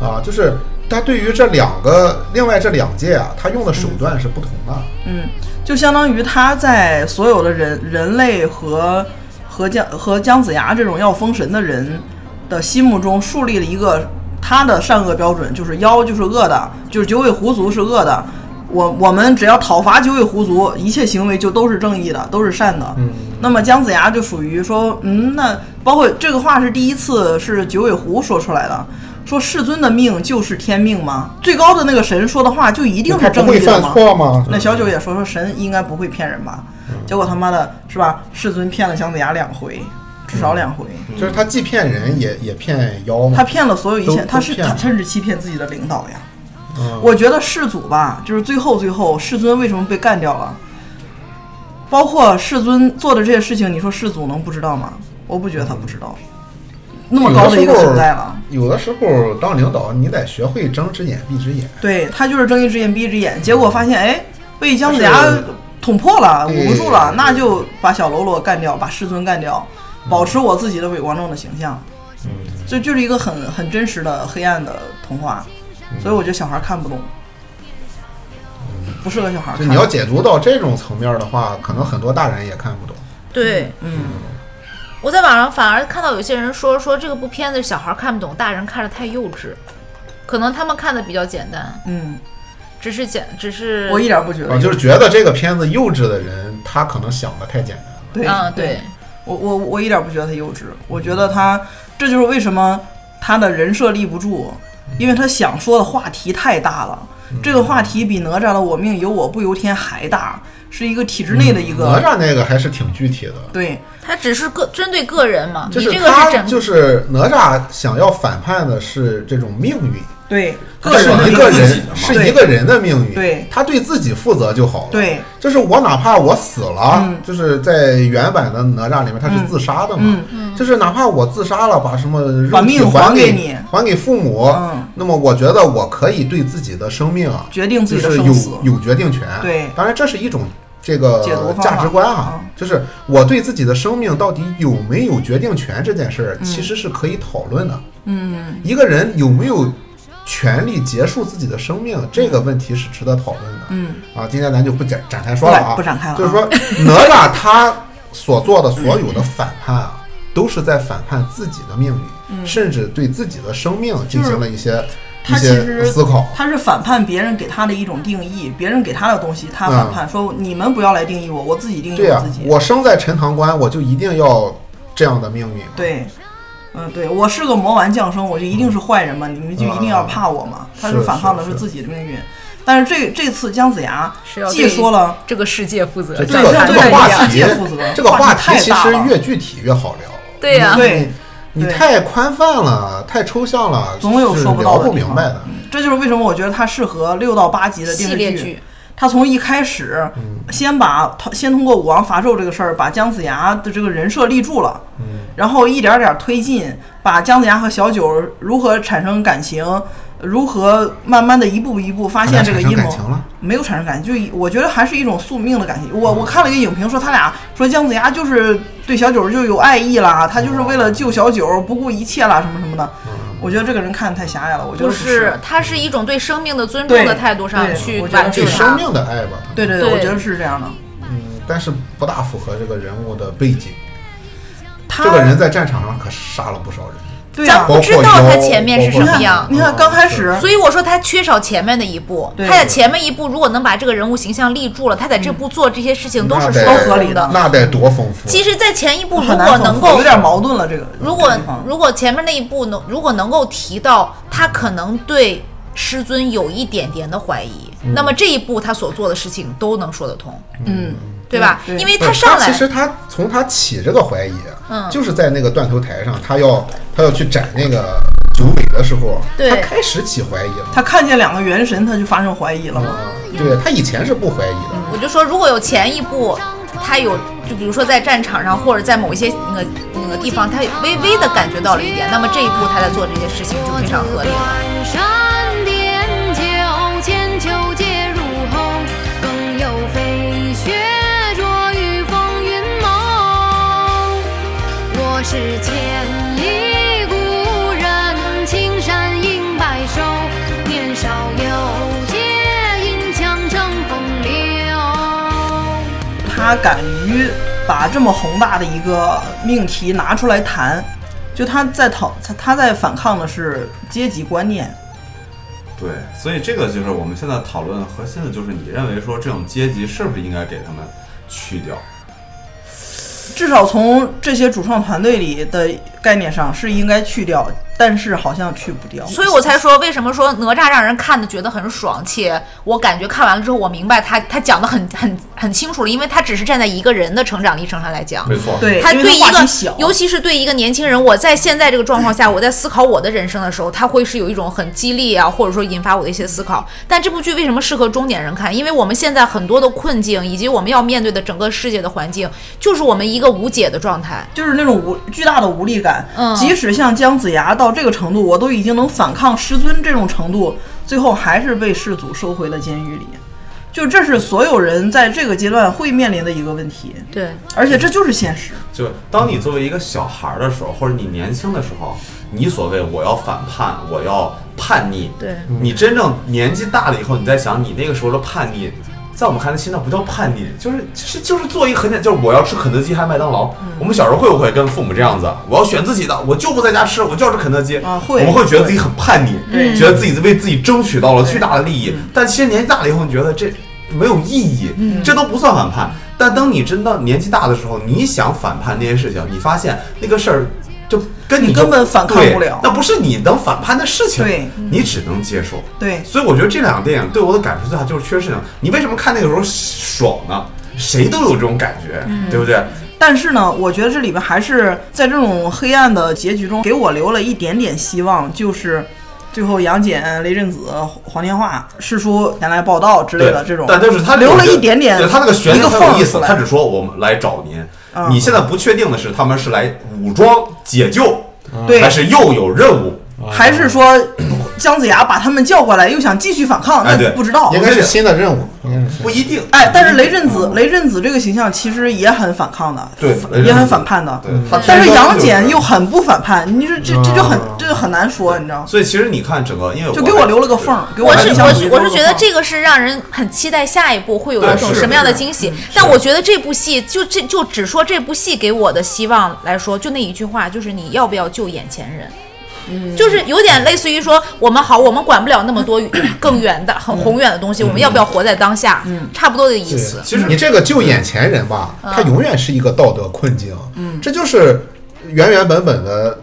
Speaker 4: 嗯，啊，就是他对于这两个另外这两界啊，他用的手段是不同的。
Speaker 2: 就相当于他在所有的人人类和和姜和姜子牙这种要封神的人的心目中树立了一个他的善恶标准，就是妖就是恶的，就是九尾狐族是恶的。我我们只要讨伐九尾狐族，一切行为就都是正义的，都是善的。嗯，那么姜子牙就属于说，嗯，那包括这个话是第一次是九尾狐说出来的，说世尊的命就是天命吗？最高的那个神说的话就一定
Speaker 4: 他
Speaker 2: 是
Speaker 4: 不
Speaker 2: 正
Speaker 4: 会
Speaker 2: 义的
Speaker 4: 犯
Speaker 2: 吗？
Speaker 4: 错吗？
Speaker 2: 那小九也说说神应该不会骗人吧？
Speaker 4: 嗯
Speaker 2: 结果他妈的是吧？世尊骗了姜子牙两回，至少两回。
Speaker 4: 就是他既骗人也也骗妖
Speaker 2: 嗯
Speaker 4: 嘛。
Speaker 2: 他骗了所有一
Speaker 4: 都
Speaker 2: 切，他
Speaker 4: 都
Speaker 2: 是
Speaker 4: 骗
Speaker 2: 他
Speaker 4: 了
Speaker 2: 甚至欺骗自己的领导呀。
Speaker 4: 嗯
Speaker 2: 我觉得世祖吧，就是最后最后世尊为什么被干掉了？包括世尊做的这些事情，你说世祖能不知道吗？我不觉得他不知道，那么高的一个存在了。
Speaker 4: 有的时候当领导，你得学会睁只眼闭只眼。
Speaker 2: 对他就是睁一只眼闭一只眼，结果发现哎，被姜子牙
Speaker 4: 就是
Speaker 2: 捅破了，
Speaker 4: 对
Speaker 2: 捂不住了，那就把小喽啰干掉，把师尊干掉，保持我自己的伪光正的形象。
Speaker 4: 嗯
Speaker 2: 这就是一个很很真实的黑暗的童话，
Speaker 4: 嗯
Speaker 2: 所以我觉得小孩看不懂，不适合小孩
Speaker 4: 就
Speaker 2: 啊看。
Speaker 4: 你要解读到这种层面的话，可能很多大人也看不懂。
Speaker 3: 对，嗯。我在网上反而看到有些人说说这个部片子小孩看不懂，大人看着太幼稚，可能他们看的比较简单，
Speaker 2: 嗯，
Speaker 3: 只是简只是
Speaker 2: 我一点不觉
Speaker 4: 啊，
Speaker 2: 得。
Speaker 4: 就是觉得这个片子幼稚的人，他可能想的太简单了。
Speaker 2: 对，
Speaker 3: 嗯对，
Speaker 2: 我我我一点不觉得他幼稚，我觉得他这就是为什么他的人设立不住，因为他想说的话题太大了。
Speaker 4: 嗯
Speaker 2: 这个话题比哪吒的“我命由我不由天”还大，是一个体制内的一
Speaker 4: 嗯哪
Speaker 2: 个、
Speaker 4: 吒那个还是挺具体的，
Speaker 2: 对
Speaker 3: 他只是个针对个人嘛，
Speaker 4: 就
Speaker 3: 你这个是
Speaker 4: 他
Speaker 3: 整
Speaker 4: 就是哪吒想要反叛的是这种命运，
Speaker 2: 对个
Speaker 4: 是
Speaker 2: 人的
Speaker 4: 一
Speaker 2: 一
Speaker 4: 个
Speaker 2: 个
Speaker 5: 自己
Speaker 4: 人
Speaker 5: 的嘛
Speaker 4: 是一个人的命运，
Speaker 2: 对
Speaker 4: 他对自己负责就好了。
Speaker 2: 对，
Speaker 4: 就是我哪怕我死了，
Speaker 2: 嗯
Speaker 4: 就是在原版的哪吒里面他是自杀的嘛，就是哪怕我自杀了，把什么肉体
Speaker 2: 嗯把命还
Speaker 4: 还
Speaker 2: 给你
Speaker 4: 你，还给父母，
Speaker 2: 嗯
Speaker 4: 那么我觉得我可以对自己的生命啊，
Speaker 2: 决定自己的
Speaker 4: 就是
Speaker 2: 生死
Speaker 4: 有有决定权。
Speaker 2: 对
Speaker 4: 当然这是一种这个
Speaker 2: 解读方法
Speaker 4: 价值观啊
Speaker 2: 嗯，
Speaker 4: 就是我对自己的生命到底有没有决定权这件事
Speaker 2: 嗯
Speaker 4: 儿，其实是可以讨论的。嗯，一个人有没有权利结束自己的生命，这个问题是值得讨论的。嗯，啊，今天咱就不展展开说了啊，
Speaker 2: 不展不展开了啊
Speaker 4: 就 是说，哪吒他所做的所有的反叛
Speaker 2: 嗯
Speaker 4: 啊，都是在反叛自己的命运，甚至对自己的生命进行了一些一
Speaker 2: 他其
Speaker 4: 些
Speaker 2: 实
Speaker 4: 思考。
Speaker 2: 他是反叛别人给他的一种定义，别人给他的东西，他反叛、说你们不要来定义我，我自己定义
Speaker 4: 嗯对呀、啊
Speaker 2: 我自己。
Speaker 4: 我生在陈塘关，我就一定要这样的命运。
Speaker 2: 对，嗯，对我是个魔丸降生，我就一定
Speaker 4: 嗯
Speaker 2: 是坏人嘛，你们就一定要怕我嘛。他
Speaker 4: 是
Speaker 2: 是反抗的
Speaker 4: 是
Speaker 2: 是
Speaker 4: 是
Speaker 2: 自己的命运，但是这这次姜子牙
Speaker 3: 是要
Speaker 2: 既
Speaker 3: 对
Speaker 2: 说了
Speaker 3: 这个世界负责，
Speaker 4: 呃这
Speaker 2: 对
Speaker 4: 这个
Speaker 2: 对
Speaker 4: 这个
Speaker 2: 对
Speaker 4: 话
Speaker 2: 对
Speaker 4: 题
Speaker 2: 对负责，
Speaker 4: 这个话
Speaker 2: 话题
Speaker 4: 题
Speaker 2: 太
Speaker 4: 其
Speaker 2: 大
Speaker 4: 实
Speaker 2: 了嗯
Speaker 4: 越具体越好聊。
Speaker 3: 对呀
Speaker 4: 你
Speaker 2: 对
Speaker 4: 你
Speaker 2: 对
Speaker 4: 太宽泛了，太抽象了，
Speaker 2: 总有
Speaker 4: 是
Speaker 2: 说不
Speaker 4: 聊
Speaker 2: 到的
Speaker 4: 不
Speaker 2: 地
Speaker 4: 明
Speaker 2: 方
Speaker 4: 白的。
Speaker 2: 嗯这就是为什么我觉得它适合六到八集的电
Speaker 3: 系
Speaker 2: 视
Speaker 3: 列
Speaker 2: 剧。，他从一开始，
Speaker 4: 嗯
Speaker 2: 先把他先通过武王伐纣这个事儿，把姜子牙的这个人设立住了，
Speaker 4: 嗯
Speaker 2: 然后一点儿点儿推进，把姜子牙和小九儿如何产生感情，如何慢慢的一步一步发现这个阴
Speaker 4: 他俩
Speaker 2: 谋
Speaker 4: 产生感情了，嗯
Speaker 2: 没有产生感情，就一我觉得还是一种宿命的感情。我我看了一个影评说他俩说姜子牙就是对小九儿就有爱意啦，他就是为了
Speaker 4: 嗯
Speaker 2: 救小九儿不顾一切啦什么什么的，我觉得这个人看的太狭隘了，我觉得不
Speaker 3: 不是，它是一种对生命的尊重的
Speaker 2: 对
Speaker 3: 态度上
Speaker 2: 对
Speaker 3: 去
Speaker 2: 我觉得
Speaker 3: 挽救
Speaker 4: 对
Speaker 2: 是
Speaker 4: 生
Speaker 3: 它。
Speaker 4: 命的爱吧，
Speaker 2: 对对
Speaker 3: 对
Speaker 2: 我觉得是这样的。
Speaker 4: 嗯，但是不大符合这个人物的背景。
Speaker 2: 他
Speaker 4: 这个人在战场上可杀了不少人，
Speaker 2: 对
Speaker 3: 咱
Speaker 2: 啊，
Speaker 3: 不知道他前面是什
Speaker 2: 你
Speaker 3: 么
Speaker 2: 看，
Speaker 3: 样。嗯
Speaker 2: 你
Speaker 4: 嗯
Speaker 2: 看刚开始，
Speaker 3: 所以我说他缺少前面的一步，
Speaker 2: 对嗯
Speaker 3: 他在前面一步如果能把这个人物形象立住了，他在这部做这些事情都是
Speaker 4: 那
Speaker 3: 说得
Speaker 4: 得
Speaker 2: 合理
Speaker 3: 通
Speaker 2: 的
Speaker 4: 那得多丰富。
Speaker 3: 其实，在前一步如
Speaker 2: 很
Speaker 3: 果
Speaker 2: 难
Speaker 3: 能
Speaker 2: 丰富
Speaker 3: 够
Speaker 2: 有点矛盾了，这个
Speaker 3: 如果
Speaker 2: 这个地方
Speaker 3: 如果前面那一步能，如果能够提到他可能对师尊有一点点的怀疑，那么这一步他所做的事情都能说得通，
Speaker 2: 嗯，
Speaker 3: 对吧？
Speaker 2: 对
Speaker 3: 因为
Speaker 4: 不
Speaker 3: 他
Speaker 4: 是
Speaker 3: 上来
Speaker 4: 其实他从他起这个怀疑，
Speaker 3: 嗯
Speaker 4: 就是在那个断头台上，他要他要去斩那个九尾的时候，
Speaker 3: 对
Speaker 4: 他开始起怀疑了。
Speaker 2: 他看见两个元神，他就发生怀疑了嘛。
Speaker 4: 啊对他以前是不怀疑的，
Speaker 3: 我就说，如果有前一步，他有，就比如说在战场上，或者在某一些那个那个地方，他微微的感觉到了一点，那么这一步他在做这些事情就非常合理了。
Speaker 6: 关山点酒，千秋皆入喉，更有飞雪着于风云某。我是千里故人，青山应白首，年少有节，银枪争风流。
Speaker 3: 嗯
Speaker 2: 他敢于把这么宏大的一个命题拿出来谈，就他在讨他他在反抗的是阶级观念，
Speaker 5: 对，所以这个就是我们现在讨论的核心的，就是你认为说这种阶级是不是应该给他们去掉？
Speaker 2: 至少从这些主创团队里的概念上是应该去掉，但是好像去不掉。
Speaker 3: 所以我才说，为什么说哪吒让人看的觉得很爽，且我感觉看完了之后，我明白他他讲的很很很清楚了，因为他只是站在一个人的成长历程上来讲。
Speaker 5: 没错，
Speaker 2: 对，
Speaker 3: 他
Speaker 2: 因
Speaker 3: 对
Speaker 2: 为
Speaker 3: 一
Speaker 2: 话
Speaker 3: 个
Speaker 2: 题小，，
Speaker 3: 尤其是对一个年轻人，我在现在这个状况下，我在思考我的人生的时候，他会是有一种很激励啊，或者说引发我的一些思考。但这部剧为什么适合中年人看？因为我们现在很多的困境，以及我们要面对的整个世界的环境，就是我们一个无解的状态。
Speaker 2: 就是那种无巨大的无力感。
Speaker 3: 嗯
Speaker 2: 即使像姜子牙到这个程度，我都已经能反抗师尊这种程度，最后还是被世祖收回了监狱里。就这是所有人在这个阶段会面临的一个问题，
Speaker 3: 对，
Speaker 2: 而且这就是现实。
Speaker 5: 就当你作为一个小孩儿的时候，或者你年轻的时候，你所谓我要反叛，我要叛逆，
Speaker 3: 对
Speaker 5: 你真正年纪大了以后，你再想你那个时候的叛逆，在我们看来现在不叫叛逆，就是其实就是做一个很简，就是我要吃肯德基还是麦当劳。
Speaker 2: 嗯
Speaker 5: 我们小时候会不会跟父母这样子？我要选自己的，我就不在家吃，我就要吃肯德基。
Speaker 2: 啊会
Speaker 5: 我们会觉得自己很叛逆，
Speaker 2: 对嗯
Speaker 5: 觉得自己为自己争取到了巨大的利益。但其实年纪大了以后，你觉得这没有意义，这都不算反叛。但当你真的年纪大的时候，你想反叛那些事情，你发现那个事儿就跟
Speaker 2: 你
Speaker 5: 就
Speaker 2: 根本反抗
Speaker 5: 对
Speaker 2: 不了
Speaker 5: 那不是你能反叛的事情，
Speaker 2: 对
Speaker 5: 你只能接受。
Speaker 2: 对
Speaker 5: 所以我觉得这两个电影对我的感受最大就是缺失呢。你为什么看那个时候爽呢？谁都有这种感觉，
Speaker 2: 嗯
Speaker 5: 对不对？
Speaker 2: 但是呢，我觉得这里边还是在这种黑暗的结局中，给我留了一点点希望，就是最后杨戬、雷震子、黄天化、师叔前来报道之类的这种。
Speaker 5: 但就是他
Speaker 2: 留了一点点
Speaker 5: 对他那个悬
Speaker 2: 一
Speaker 5: 念
Speaker 2: 个
Speaker 5: 很有
Speaker 2: 缝
Speaker 5: 意
Speaker 2: 儿
Speaker 5: 思
Speaker 2: 出，来
Speaker 5: 他只说我们来找您。
Speaker 2: 嗯
Speaker 5: 你现在不确定的是，他们是来武装解救，
Speaker 2: 对啊
Speaker 5: 还是又有任务？
Speaker 2: 还是说姜子牙把他们叫过来，又想继续反抗，
Speaker 5: 哎
Speaker 2: 那
Speaker 5: 对
Speaker 2: 不知道。
Speaker 4: 应该是新的任务，应该是新
Speaker 5: 不
Speaker 4: 的
Speaker 5: 一定。
Speaker 2: 哎，哦但是雷震子，雷震子这个形象其实也很反抗的，
Speaker 5: 对雷震
Speaker 2: 也很
Speaker 5: 子
Speaker 2: 反叛的。
Speaker 5: 对他天
Speaker 2: 但是
Speaker 5: 生
Speaker 2: 杨
Speaker 5: 就是哦
Speaker 2: 戬又很不反叛，你说这这就很这就很难说，你知道？
Speaker 5: 所以其实你看整个，因为
Speaker 2: 就给我留了个缝儿，给
Speaker 3: 我
Speaker 2: 的
Speaker 3: 是
Speaker 2: 印象
Speaker 3: 我
Speaker 2: 里
Speaker 3: 是
Speaker 2: 留
Speaker 3: 我
Speaker 2: 了
Speaker 3: 是觉得
Speaker 2: 缝儿
Speaker 3: 这个是让人很期待下一步会有
Speaker 5: 对
Speaker 3: 一种
Speaker 5: 是
Speaker 3: 什么样的
Speaker 2: 是
Speaker 3: 惊喜，但我觉得这部戏就这就只说这部戏给我的希望来说，就那一句话，就是你要不要救眼前人。就是有点类似于说，我们好，我们管不了那么多更远的、很宏远的
Speaker 2: 嗯
Speaker 3: 东西，我们要不要活在当下？差不多的意思。
Speaker 5: 其实
Speaker 4: 你这个救眼前人吧，
Speaker 2: 嗯
Speaker 4: 他永远是一个道德困境。嗯，这就是原原本本的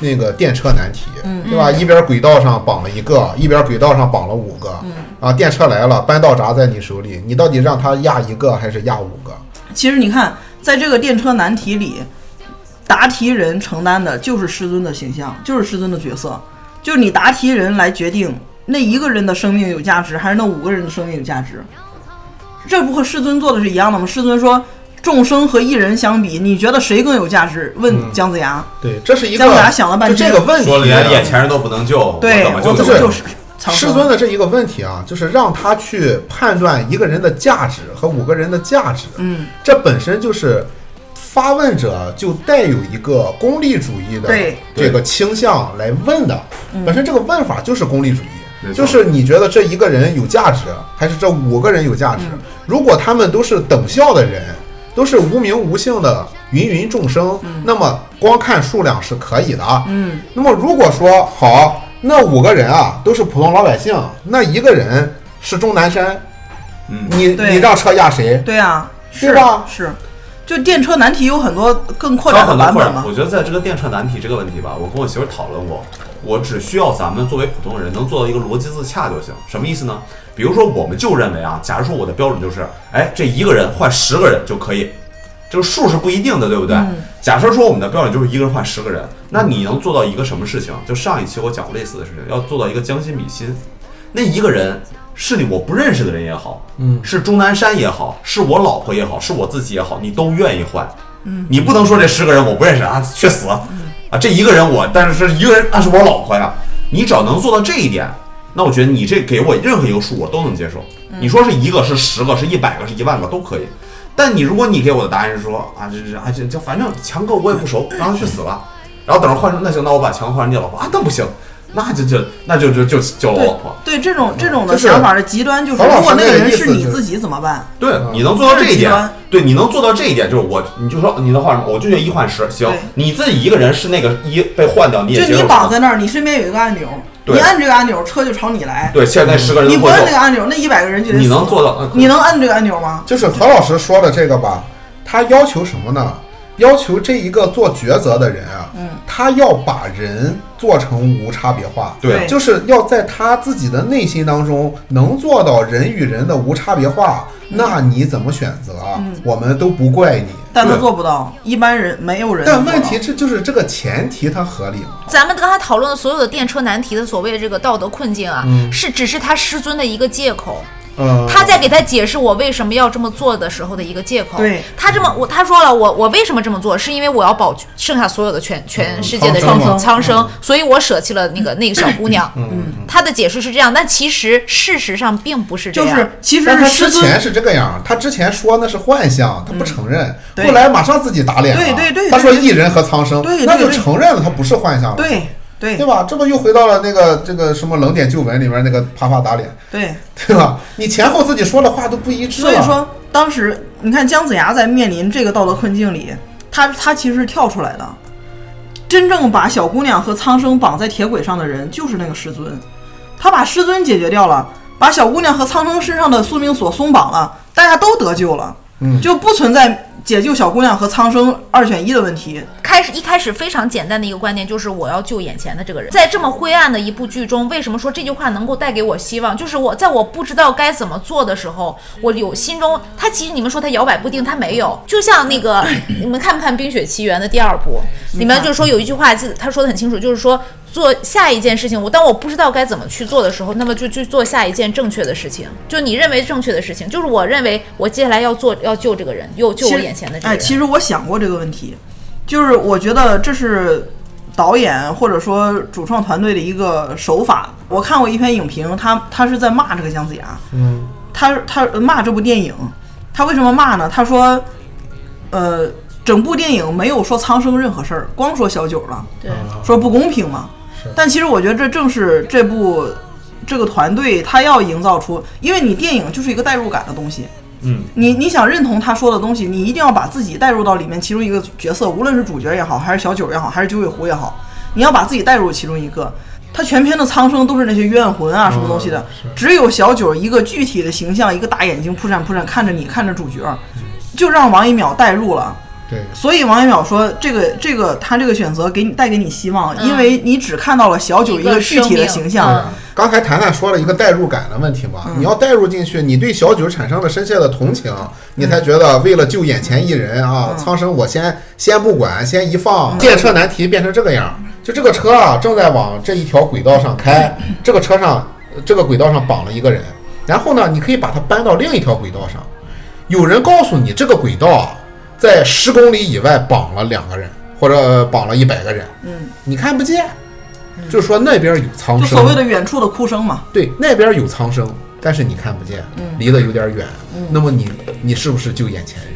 Speaker 4: 那个电车难题，
Speaker 2: 嗯
Speaker 4: 对吧？一边轨道上绑了一个，一边轨道上绑了五个。
Speaker 2: 嗯
Speaker 4: 啊，电车来了，扳道闸在你手里，你到底让他压一个还是压五个？
Speaker 2: 其实你看，在这个电车难题里，答题人承担的就是师尊的形象，就是师尊的角色，就是你答题人来决定那一个人的生命有价值，还是那五个人的生命有价值。这不和师尊做的是一样的吗？师尊说，众生和一人相比，你觉得谁更有价值？问姜子牙。
Speaker 4: 对，这是一个
Speaker 2: 姜子牙想了半
Speaker 4: 就
Speaker 2: 天
Speaker 4: 这个问题
Speaker 5: 说
Speaker 4: 啊，
Speaker 5: 连眼前人都不能救，嗯我
Speaker 2: 对，
Speaker 5: 怎么
Speaker 2: 我
Speaker 5: 救
Speaker 2: 怎
Speaker 5: 得
Speaker 2: 么
Speaker 5: 了
Speaker 2: 就
Speaker 4: 救
Speaker 2: 是长生
Speaker 4: 师尊的这一个问题啊，就是让他去判断一个人的价值和五个人的价值。
Speaker 2: 嗯，
Speaker 4: 这本身就是发问者就带有一个功利主义的
Speaker 2: 对嗯
Speaker 4: 这个倾向来问的，本身这个问法就是功利主义，
Speaker 5: 没错
Speaker 4: 就是你觉得这一个人有价值，还是这五个人有价值？
Speaker 2: 嗯
Speaker 4: 如果他们都是等效的人，都是无名无姓的芸芸众生，那么光看数量是可以的啊。
Speaker 2: 嗯，
Speaker 4: 那么如果说好，那五个人啊都是普通老百姓，那一个人是钟南山，
Speaker 5: 嗯
Speaker 4: 你
Speaker 2: 对
Speaker 4: 你让车压谁？
Speaker 2: 对啊，
Speaker 4: 对
Speaker 2: 是
Speaker 4: 吧
Speaker 2: 是，就电车难题有很多更扩
Speaker 5: 还
Speaker 2: 展
Speaker 5: 有
Speaker 2: 的
Speaker 5: 很多
Speaker 2: 版
Speaker 5: 困
Speaker 2: 本
Speaker 5: 扰。
Speaker 2: 嘛
Speaker 5: 我。觉得在这个电车难题这个问题吧，我跟我媳妇儿讨论过，我只需要咱们作为普通人能做到一个逻辑自洽就行。什么意思呢？比如说，我们就认为啊，假如说我的标准就是，哎，这一个人换十个人就可以，这个数是不一定的，对不对？
Speaker 2: 嗯
Speaker 5: 假设说我们的标准就是一个人换十个人，那你能做到一个什么事情？就上一期我讲过类似的事情，要做到一个将心比心。那一个人是你我不认识的人也好，嗯，是钟南山也好，是我老婆也好，是我自己也好，你都愿意换。嗯，你不能说这十个人我不认识啊，去死啊！这一个人我，但是是一个人啊那是我老婆呀。你只要能做到这一点，那我觉得你这给我任何一个数我都能接受。你说是一个是十个是一百个是一万个都可以。但你如果你给我的答案是说啊这这啊这这反正强哥我也不熟，让他去死吧。然后等着换成那行，那我把强哥换成你老婆啊，那不行，那就就那就就就就我老婆。
Speaker 2: 对这种这种的
Speaker 4: 哦就是
Speaker 2: 想法的极端，就是
Speaker 4: 曹老师
Speaker 2: 如果那
Speaker 4: 那
Speaker 2: 个
Speaker 4: 个
Speaker 2: 人
Speaker 4: 意
Speaker 2: 是
Speaker 4: 思
Speaker 2: 你
Speaker 4: 是
Speaker 2: 自己怎么办？
Speaker 5: 对，你能做到这
Speaker 2: 嗯
Speaker 5: 一
Speaker 2: 这是极
Speaker 5: 点
Speaker 2: 端，
Speaker 5: 对，你能做到这一点，就是我，你就说你能换什么，我就愿意换十，行
Speaker 2: 对，
Speaker 5: 你自己一个人是那个一被换掉，你也
Speaker 2: 就
Speaker 5: 接
Speaker 2: 你
Speaker 5: 受
Speaker 2: 绑
Speaker 5: 不
Speaker 2: 在
Speaker 5: 了。
Speaker 2: 那儿，你身边有一个按钮，
Speaker 5: 对
Speaker 2: 你按这个按钮，车就朝你来。
Speaker 5: 对，现在十个人
Speaker 2: 你
Speaker 5: 都
Speaker 2: 不
Speaker 5: 会
Speaker 2: 按那个
Speaker 5: 动，
Speaker 2: 按钮，那一百个人就得
Speaker 5: 你
Speaker 2: 死
Speaker 5: 能做
Speaker 4: 嗯
Speaker 5: 到？
Speaker 2: 你能按这个按钮吗？
Speaker 4: 就是何老师说的这个吧，他要求什么呢？要求这一个做抉择的人啊，他要把人做成无差别化，
Speaker 5: 对
Speaker 4: 就是要在他自己的内心当中能做到人与人的无差别化。那你怎么选择？啊我们都不怪你。
Speaker 2: 但他
Speaker 5: 对
Speaker 2: 做不到，一般人没有人能
Speaker 4: 但
Speaker 2: 做到。
Speaker 4: 问题这就是这个前提它合理吗？
Speaker 3: 咱们刚才讨论的所有的电车难题的所谓的这个道德困境啊，
Speaker 2: 嗯
Speaker 3: 是只是他师尊的一个借口。
Speaker 4: 嗯，
Speaker 3: 他在给他解释我为什么要这么做的时候的一个借口。
Speaker 2: 对
Speaker 3: 他这么我他说了我我为什么这么做，是因为我要保剩下所有的全全世界的
Speaker 4: 苍
Speaker 3: 人
Speaker 4: 生
Speaker 3: 苍生，所以我舍弃了那个那个小姑娘。嗯，他的解释是这样，但其实事实上并不是这
Speaker 2: 就
Speaker 3: 样。
Speaker 2: 是其实
Speaker 4: 但他
Speaker 2: 师
Speaker 4: 之
Speaker 2: 尊嗯
Speaker 4: 前是这个样，他之前说那是幻象，他不承认，
Speaker 2: 对
Speaker 4: 后来马上自己打脸了。
Speaker 2: 对对对
Speaker 4: 他说
Speaker 2: 对
Speaker 4: 一人和苍生，
Speaker 2: 对对
Speaker 4: 那就
Speaker 2: 对
Speaker 4: 承认了他不是幻象了。
Speaker 2: 对对
Speaker 4: 对吧？这不又回到了那个这个什么冷点旧闻里面那个啪啪打脸，
Speaker 2: 对，
Speaker 4: 对吧？你前后自己说的话都不一致
Speaker 2: 所
Speaker 4: 了。
Speaker 2: 以说当时你看姜子牙在面临这个道德困境里，他他其实是跳出来的。真正把小姑娘和苍生绑在铁轨上的人就是那个师尊，他把师尊解决掉了，把小姑娘和苍生身上的宿命锁松绑了，大家都得救了，
Speaker 4: 嗯
Speaker 2: 就不存在解救小姑娘和苍生二选一的问题。
Speaker 3: 开始一开始非常简单的一个观念就是我要救眼前的这个人。在这么灰暗的一部剧中，为什么说这句话能够带给我希望？就是我在我不知道该怎么做的时候，我有心中他其实你们说他摇摆不定，他没有。就像那个你们看不看《冰雪奇缘》的第二部，里面就是说有一句话，记得他说的很清楚，就是说做下一件事情，我当我不知道该怎么去做的时候，那么就去做下一件正确的事情，就你认为正确的事情，就是我认为我接下来要做要救这个人，又救
Speaker 2: 其
Speaker 3: 我
Speaker 2: 实
Speaker 3: 眼前的这个
Speaker 2: 哎，
Speaker 3: 人。
Speaker 2: 其实我想过这个问题，就是我觉得这是导演或者说主创团队的一个手法。我看过一篇影评，他他是在骂这个姜子牙，
Speaker 4: 嗯，
Speaker 2: 他他骂这部电影，他为什么骂呢？他说，呃，整部电影没有说苍生任何事儿，光说小九了，
Speaker 3: 对，
Speaker 2: 说不公平嘛。但其实我觉得这正是这部这个团队他要营造出，因为你电影就是一个代入感的东西，
Speaker 5: 嗯，
Speaker 2: 你你想认同他说的东西，你一定要把自己带入到里面其中一个角色，无论是主角也好，还是小九也好，还是九尾狐也好，你要把自己带入其中一个。他全篇的苍生都是那些冤魂啊，什么东西的，只有小九一个具体的形象，一个大眼睛扑闪扑闪看着你，看着主角，就让王一淼带入了。
Speaker 4: 对，
Speaker 2: 所以王一淼说，这个这个他这个选择给你带给你希望，
Speaker 3: 嗯
Speaker 2: 因为你只看到了小九
Speaker 3: 一
Speaker 2: 一
Speaker 3: 个
Speaker 2: 个具体
Speaker 3: 生
Speaker 2: 的
Speaker 3: 命
Speaker 2: 形象，
Speaker 3: 嗯
Speaker 4: 刚才谈谈说了一个代入感的问题嘛，你要代入进去，你对小九产生了深切的同情，你才觉得为了救眼前一人啊，苍生我先先不管，先一放。电车难题变成这个样儿，就这个车啊正在往这一条轨道上开，这个车上呃这个轨道上绑了一个人，然后呢，你可以把它搬到另一条轨道上。有人告诉你这个轨道啊，在十公里以外绑了两个人，或者呃绑了一百个人，
Speaker 2: 嗯，
Speaker 4: 你看不见，就说那边有苍
Speaker 2: 就
Speaker 4: 生，
Speaker 2: 所谓的远处的哭声嘛。
Speaker 4: 对，那边有苍生，但是你看不见，
Speaker 2: 嗯
Speaker 4: 离得有点远。那么你你是不是救眼前人？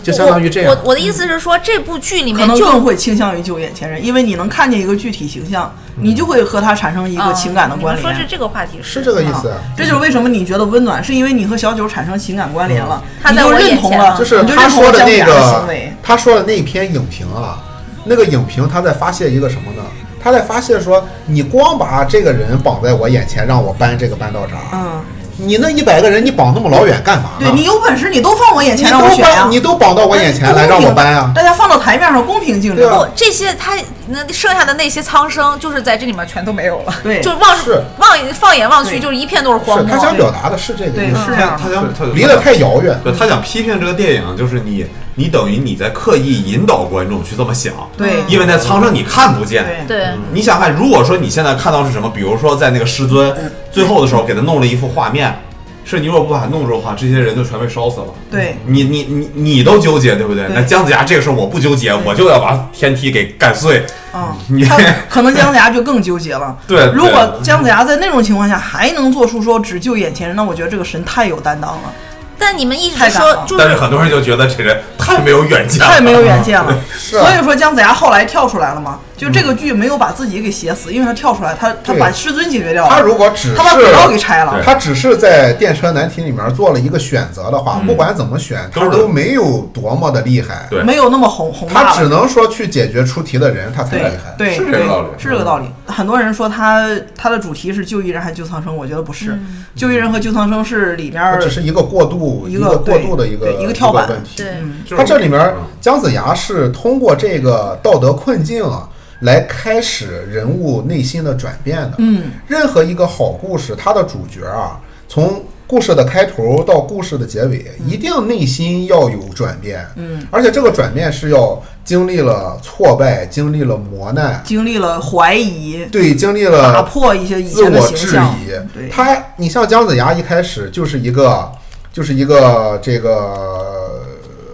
Speaker 4: 就相当于这样
Speaker 3: 我。我我的意思是说，这部剧里
Speaker 2: 可
Speaker 3: 面
Speaker 2: 能更
Speaker 3: 嗯就
Speaker 2: 会倾向于救眼前人，因为你能看见一个具体形象，
Speaker 3: 嗯
Speaker 2: 你就会和他产生一
Speaker 3: 一
Speaker 2: 个情感的关联。
Speaker 3: 啊哦说是这个话题
Speaker 4: 嗯是这个意思
Speaker 2: 啊，这就是为什么你觉得温暖，是因为你和小九产生情感关联了，
Speaker 3: 嗯他
Speaker 2: 你
Speaker 3: 在
Speaker 2: 就
Speaker 3: 我
Speaker 2: 认
Speaker 3: 眼
Speaker 2: 同
Speaker 3: 前
Speaker 2: 了，
Speaker 3: 了
Speaker 4: 就是
Speaker 2: 啊你就
Speaker 4: 他
Speaker 2: 认同了
Speaker 4: 说的
Speaker 2: 姜子
Speaker 4: 那
Speaker 2: 牙的行
Speaker 4: 个
Speaker 2: 为，。
Speaker 4: 他说的那篇影评啊，那个影评他在发泄一个什么呢？他在发泄说，你光把这个人绑在我眼前，让我搬这个搬道闸，
Speaker 2: 嗯，
Speaker 4: 你那一百个人你绑那么老远干嘛呢？
Speaker 2: 对你有本事你都放我眼
Speaker 4: 嗯你
Speaker 2: 前让我
Speaker 4: 都
Speaker 2: 选啊哎呀、
Speaker 4: 搬，你都绑到我眼前来让我搬啊！
Speaker 2: 大家放到台面上公平竞
Speaker 4: 对啊
Speaker 2: 争。
Speaker 3: 不，这些他那剩下的那些苍生，就是在这里面全都没有了，
Speaker 2: 对
Speaker 3: 就望
Speaker 4: 是
Speaker 3: 望放眼望去，
Speaker 2: 对
Speaker 3: 就是一片都是荒
Speaker 4: 是
Speaker 3: 漠。
Speaker 4: 他想表达的是这个
Speaker 2: 对嗯
Speaker 4: 意思
Speaker 2: 是，这
Speaker 5: 他
Speaker 2: 样
Speaker 5: 他想他
Speaker 4: 离得太遥远。
Speaker 5: 对他想批评这个电影，就是你你等于你在刻意引导观众去这么想，
Speaker 3: 嗯
Speaker 2: 对
Speaker 5: 因为在苍生你看不见。
Speaker 2: 对，
Speaker 3: 对，
Speaker 5: 你想看，如果说你现在看到是什么，比如说在那个师尊最后的时候给他弄了一幅画面，是你如果不把它弄住的话，这些人就全被烧死了。
Speaker 2: 对
Speaker 5: 你你你你都纠结对不对？
Speaker 2: 对
Speaker 5: 那姜子牙这个时候我不纠结，我就要把天梯给干碎。
Speaker 2: 嗯，
Speaker 5: 你
Speaker 2: 他可能姜子牙就更纠结 了。
Speaker 5: 对对
Speaker 2: 如果姜子牙在那种情况下还能做出说只救眼前人，那我觉得这个神太有担当了，
Speaker 3: 但你们一直
Speaker 2: 太感
Speaker 3: 说
Speaker 2: 了
Speaker 3: 就
Speaker 5: 但是
Speaker 3: 是
Speaker 5: 很多人就觉得这人太没有远见，
Speaker 2: 太没有远见了。
Speaker 4: 是啊嗯
Speaker 2: 所以说姜子牙后来跳出来了嘛，就这个剧没有把自己给写死，因为他跳出来，他他
Speaker 4: 对
Speaker 2: 把师尊解决掉了，
Speaker 4: 他如果
Speaker 2: 啊
Speaker 4: 只是
Speaker 2: 他把轨道给拆了，
Speaker 4: 他只是在电车难题里面做了一个选择的话，不管怎么选，
Speaker 5: 都
Speaker 4: 他
Speaker 5: 是
Speaker 4: 嗯都没有多么的厉害。
Speaker 5: 对
Speaker 2: 没有那么宏宏大
Speaker 4: 他
Speaker 2: 了。
Speaker 4: 只能说去解决出题的人，他才厉害。
Speaker 2: 对，
Speaker 5: 是这个
Speaker 2: 对
Speaker 5: 道理
Speaker 2: 是这个道理。很多人说他他的主题是救一人还是救苍生，我觉得不是，救一人和救苍生是里面
Speaker 4: 他
Speaker 2: 儿
Speaker 4: 只是一个过渡，
Speaker 2: 一
Speaker 4: 一
Speaker 2: 个
Speaker 4: 个过渡的
Speaker 2: 对
Speaker 4: 一
Speaker 2: 对一
Speaker 4: 一
Speaker 2: 个
Speaker 4: 个
Speaker 2: 跳板
Speaker 4: 问题。
Speaker 3: 对
Speaker 5: 就是
Speaker 4: 他这里面姜子牙是通过这个道德困境啊，来开始人物内心的转变的。
Speaker 2: 嗯，
Speaker 4: 任何一个好故事，它的主角啊，从故事的开头到故事的结尾，
Speaker 2: 嗯
Speaker 4: 一定内心要有转变。嗯，而且这个转变是要经历了挫败，经历了磨难，
Speaker 2: 经历了怀疑，
Speaker 4: 对，经历
Speaker 2: 打
Speaker 4: 了
Speaker 2: 破一些以
Speaker 4: 呃自
Speaker 2: 前的
Speaker 4: 我
Speaker 2: 形
Speaker 4: 质
Speaker 2: 象
Speaker 4: 疑。。
Speaker 2: 对，
Speaker 4: 他，你像姜子牙一开始就是一个，就是一个这个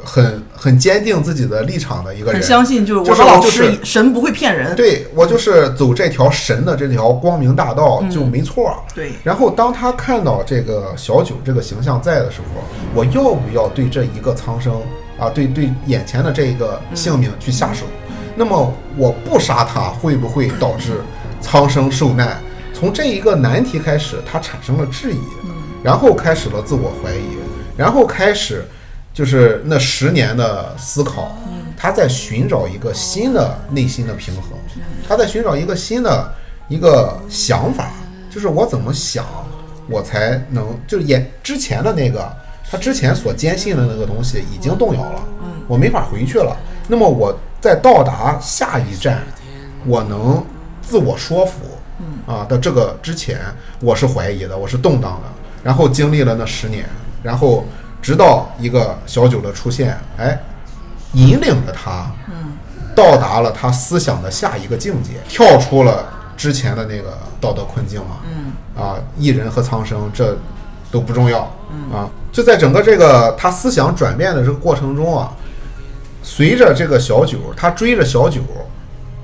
Speaker 4: 很很坚定自己的立场的一个人，
Speaker 2: 很相信就是
Speaker 4: 就
Speaker 2: 我
Speaker 4: 是
Speaker 2: 的老
Speaker 4: 就
Speaker 2: 师
Speaker 4: 是
Speaker 2: 神不会骗人。
Speaker 4: 对我就是走这条神的这条光明大道
Speaker 2: 嗯
Speaker 4: 就没错儿。
Speaker 2: 对
Speaker 4: 然后当他看到这个小九这个形象在的时候，我要不要对这一个苍生啊，对对眼前的这个性命去下手？那么我不杀他，会不会导致苍生受难？从这一个难题开始，他产生了质疑，然后开始了自我怀疑，然后开始就是那十年的思考，他在寻找一个新的内心的平衡，他在寻找一个新的一个想法，就是我怎么想，我才能就是也之前的那个他之前所坚信的那个东西已经动摇了，我没法回去了。那么我在到达下一站，我能自我说服，啊的这个之前，我是怀疑的，我是动荡的，然后经历了那十年，然后直到一个小九的出现，哎，引领着他，到达了他思想的下一个境界，跳出了之前的那个道德困境嘛，嗯，啊，一人和苍生这都不重要，啊，就在整个这个他思想转变的这个过程中啊，随着这个小九，他追着小九，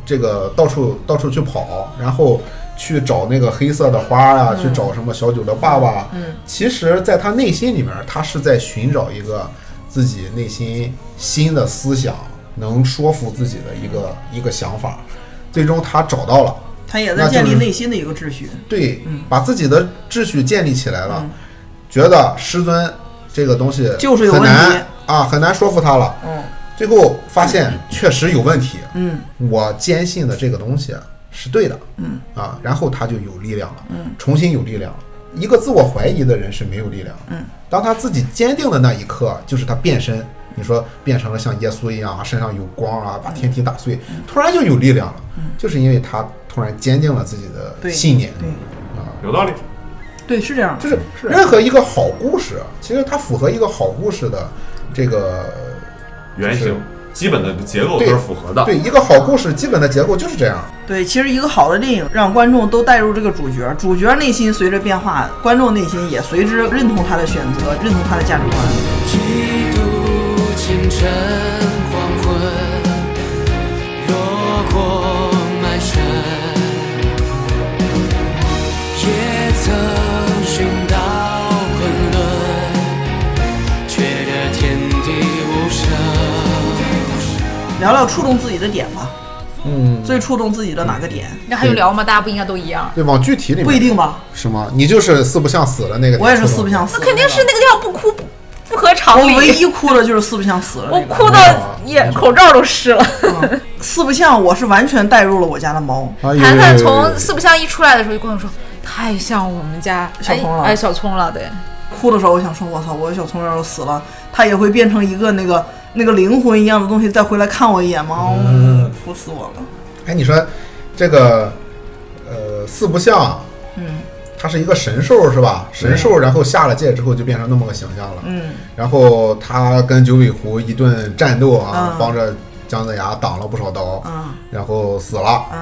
Speaker 4: 这个到处到处去跑，然后去找那个黑色的花啊，去找什么小九的爸爸。嗯，其实，在他内心里面，他是在寻找一个自己内心新的思想，能说服自己的一个一个想法。最终，他找到了。
Speaker 2: 他也在
Speaker 4: 那就
Speaker 2: 建立
Speaker 4: 是
Speaker 2: 内心的一个秩序。
Speaker 4: 对，
Speaker 2: 嗯
Speaker 4: 把自己的秩序建立起来了，觉得师尊这个东西
Speaker 2: 就是有
Speaker 4: 很
Speaker 2: 问题
Speaker 4: 难啊，很难说服他了。
Speaker 2: 嗯
Speaker 4: 最后发现确实有问题，
Speaker 2: 嗯，
Speaker 4: 我坚信的这个东西啊是对的，嗯啊，然后他就有力量了，嗯，重新有力量了。一个自我怀疑的人是没有力量，嗯，当他自己坚定的那一刻，就是他变身。你说变成了像耶稣一样啊，身上有光
Speaker 2: 嗯
Speaker 4: 啊，把天体打碎，突然就有力量了，就是因为他突然坚定了自己的
Speaker 2: 对
Speaker 4: 信念，
Speaker 2: 对
Speaker 5: 有道理。
Speaker 2: 对，是这样。
Speaker 4: 就是任何一个好故事，其实它符合一个好故事的这个
Speaker 5: 原
Speaker 4: 就是
Speaker 5: 型基本的结构都
Speaker 4: 对
Speaker 5: 是符合的。
Speaker 4: 对一个好故事基本的结构就是这样。
Speaker 2: 对，其实一个好的电影让观众都带入这个主角，主角内心随着变化，观众内心也随之认同他的选择，认同他的价值观。
Speaker 1: 几度清晨黄昏，落魄满身，也曾寻到昆仑，却得天地无声。
Speaker 2: 聊聊触动自己的点吧。嗯，最触动自己的哪个点？
Speaker 3: 那还用聊吗？大家不应该都一样？
Speaker 4: 对，往具体里面
Speaker 2: 不一定吧，
Speaker 4: 是吗？你就是四不像死了那个，
Speaker 2: 我也是四不。像死。
Speaker 3: 那肯定是那个地方不哭不不合常
Speaker 2: 我唯
Speaker 3: 理。
Speaker 2: 一哭的就是四不像死了、
Speaker 3: 我
Speaker 2: 这个。
Speaker 3: 哭的眼口罩都湿了。
Speaker 2: 四不像，我是完全带入了我家的猫。
Speaker 4: 哎呦
Speaker 3: 谈谈从四不像一出来的时候就跟我说，太像我们家
Speaker 2: 小葱了
Speaker 3: 哎，哎小葱了，对，
Speaker 2: 哭的时候，我想说，我操，我的小葱要是死了，它也会变成一个那个那个灵魂一样的东西，再回来看我一眼吗？嗯，哭死我了。
Speaker 4: 哎，你说这个呃四不像，
Speaker 2: 嗯
Speaker 4: 它是一个神兽是吧？神兽，然后下了界之后就变成那么个形象了。
Speaker 2: 嗯，
Speaker 4: 然后他跟九尾狐一顿战斗啊，
Speaker 2: 嗯
Speaker 4: 帮着姜子牙挡了不少刀，
Speaker 2: 嗯
Speaker 4: 然后死了。
Speaker 2: 嗯，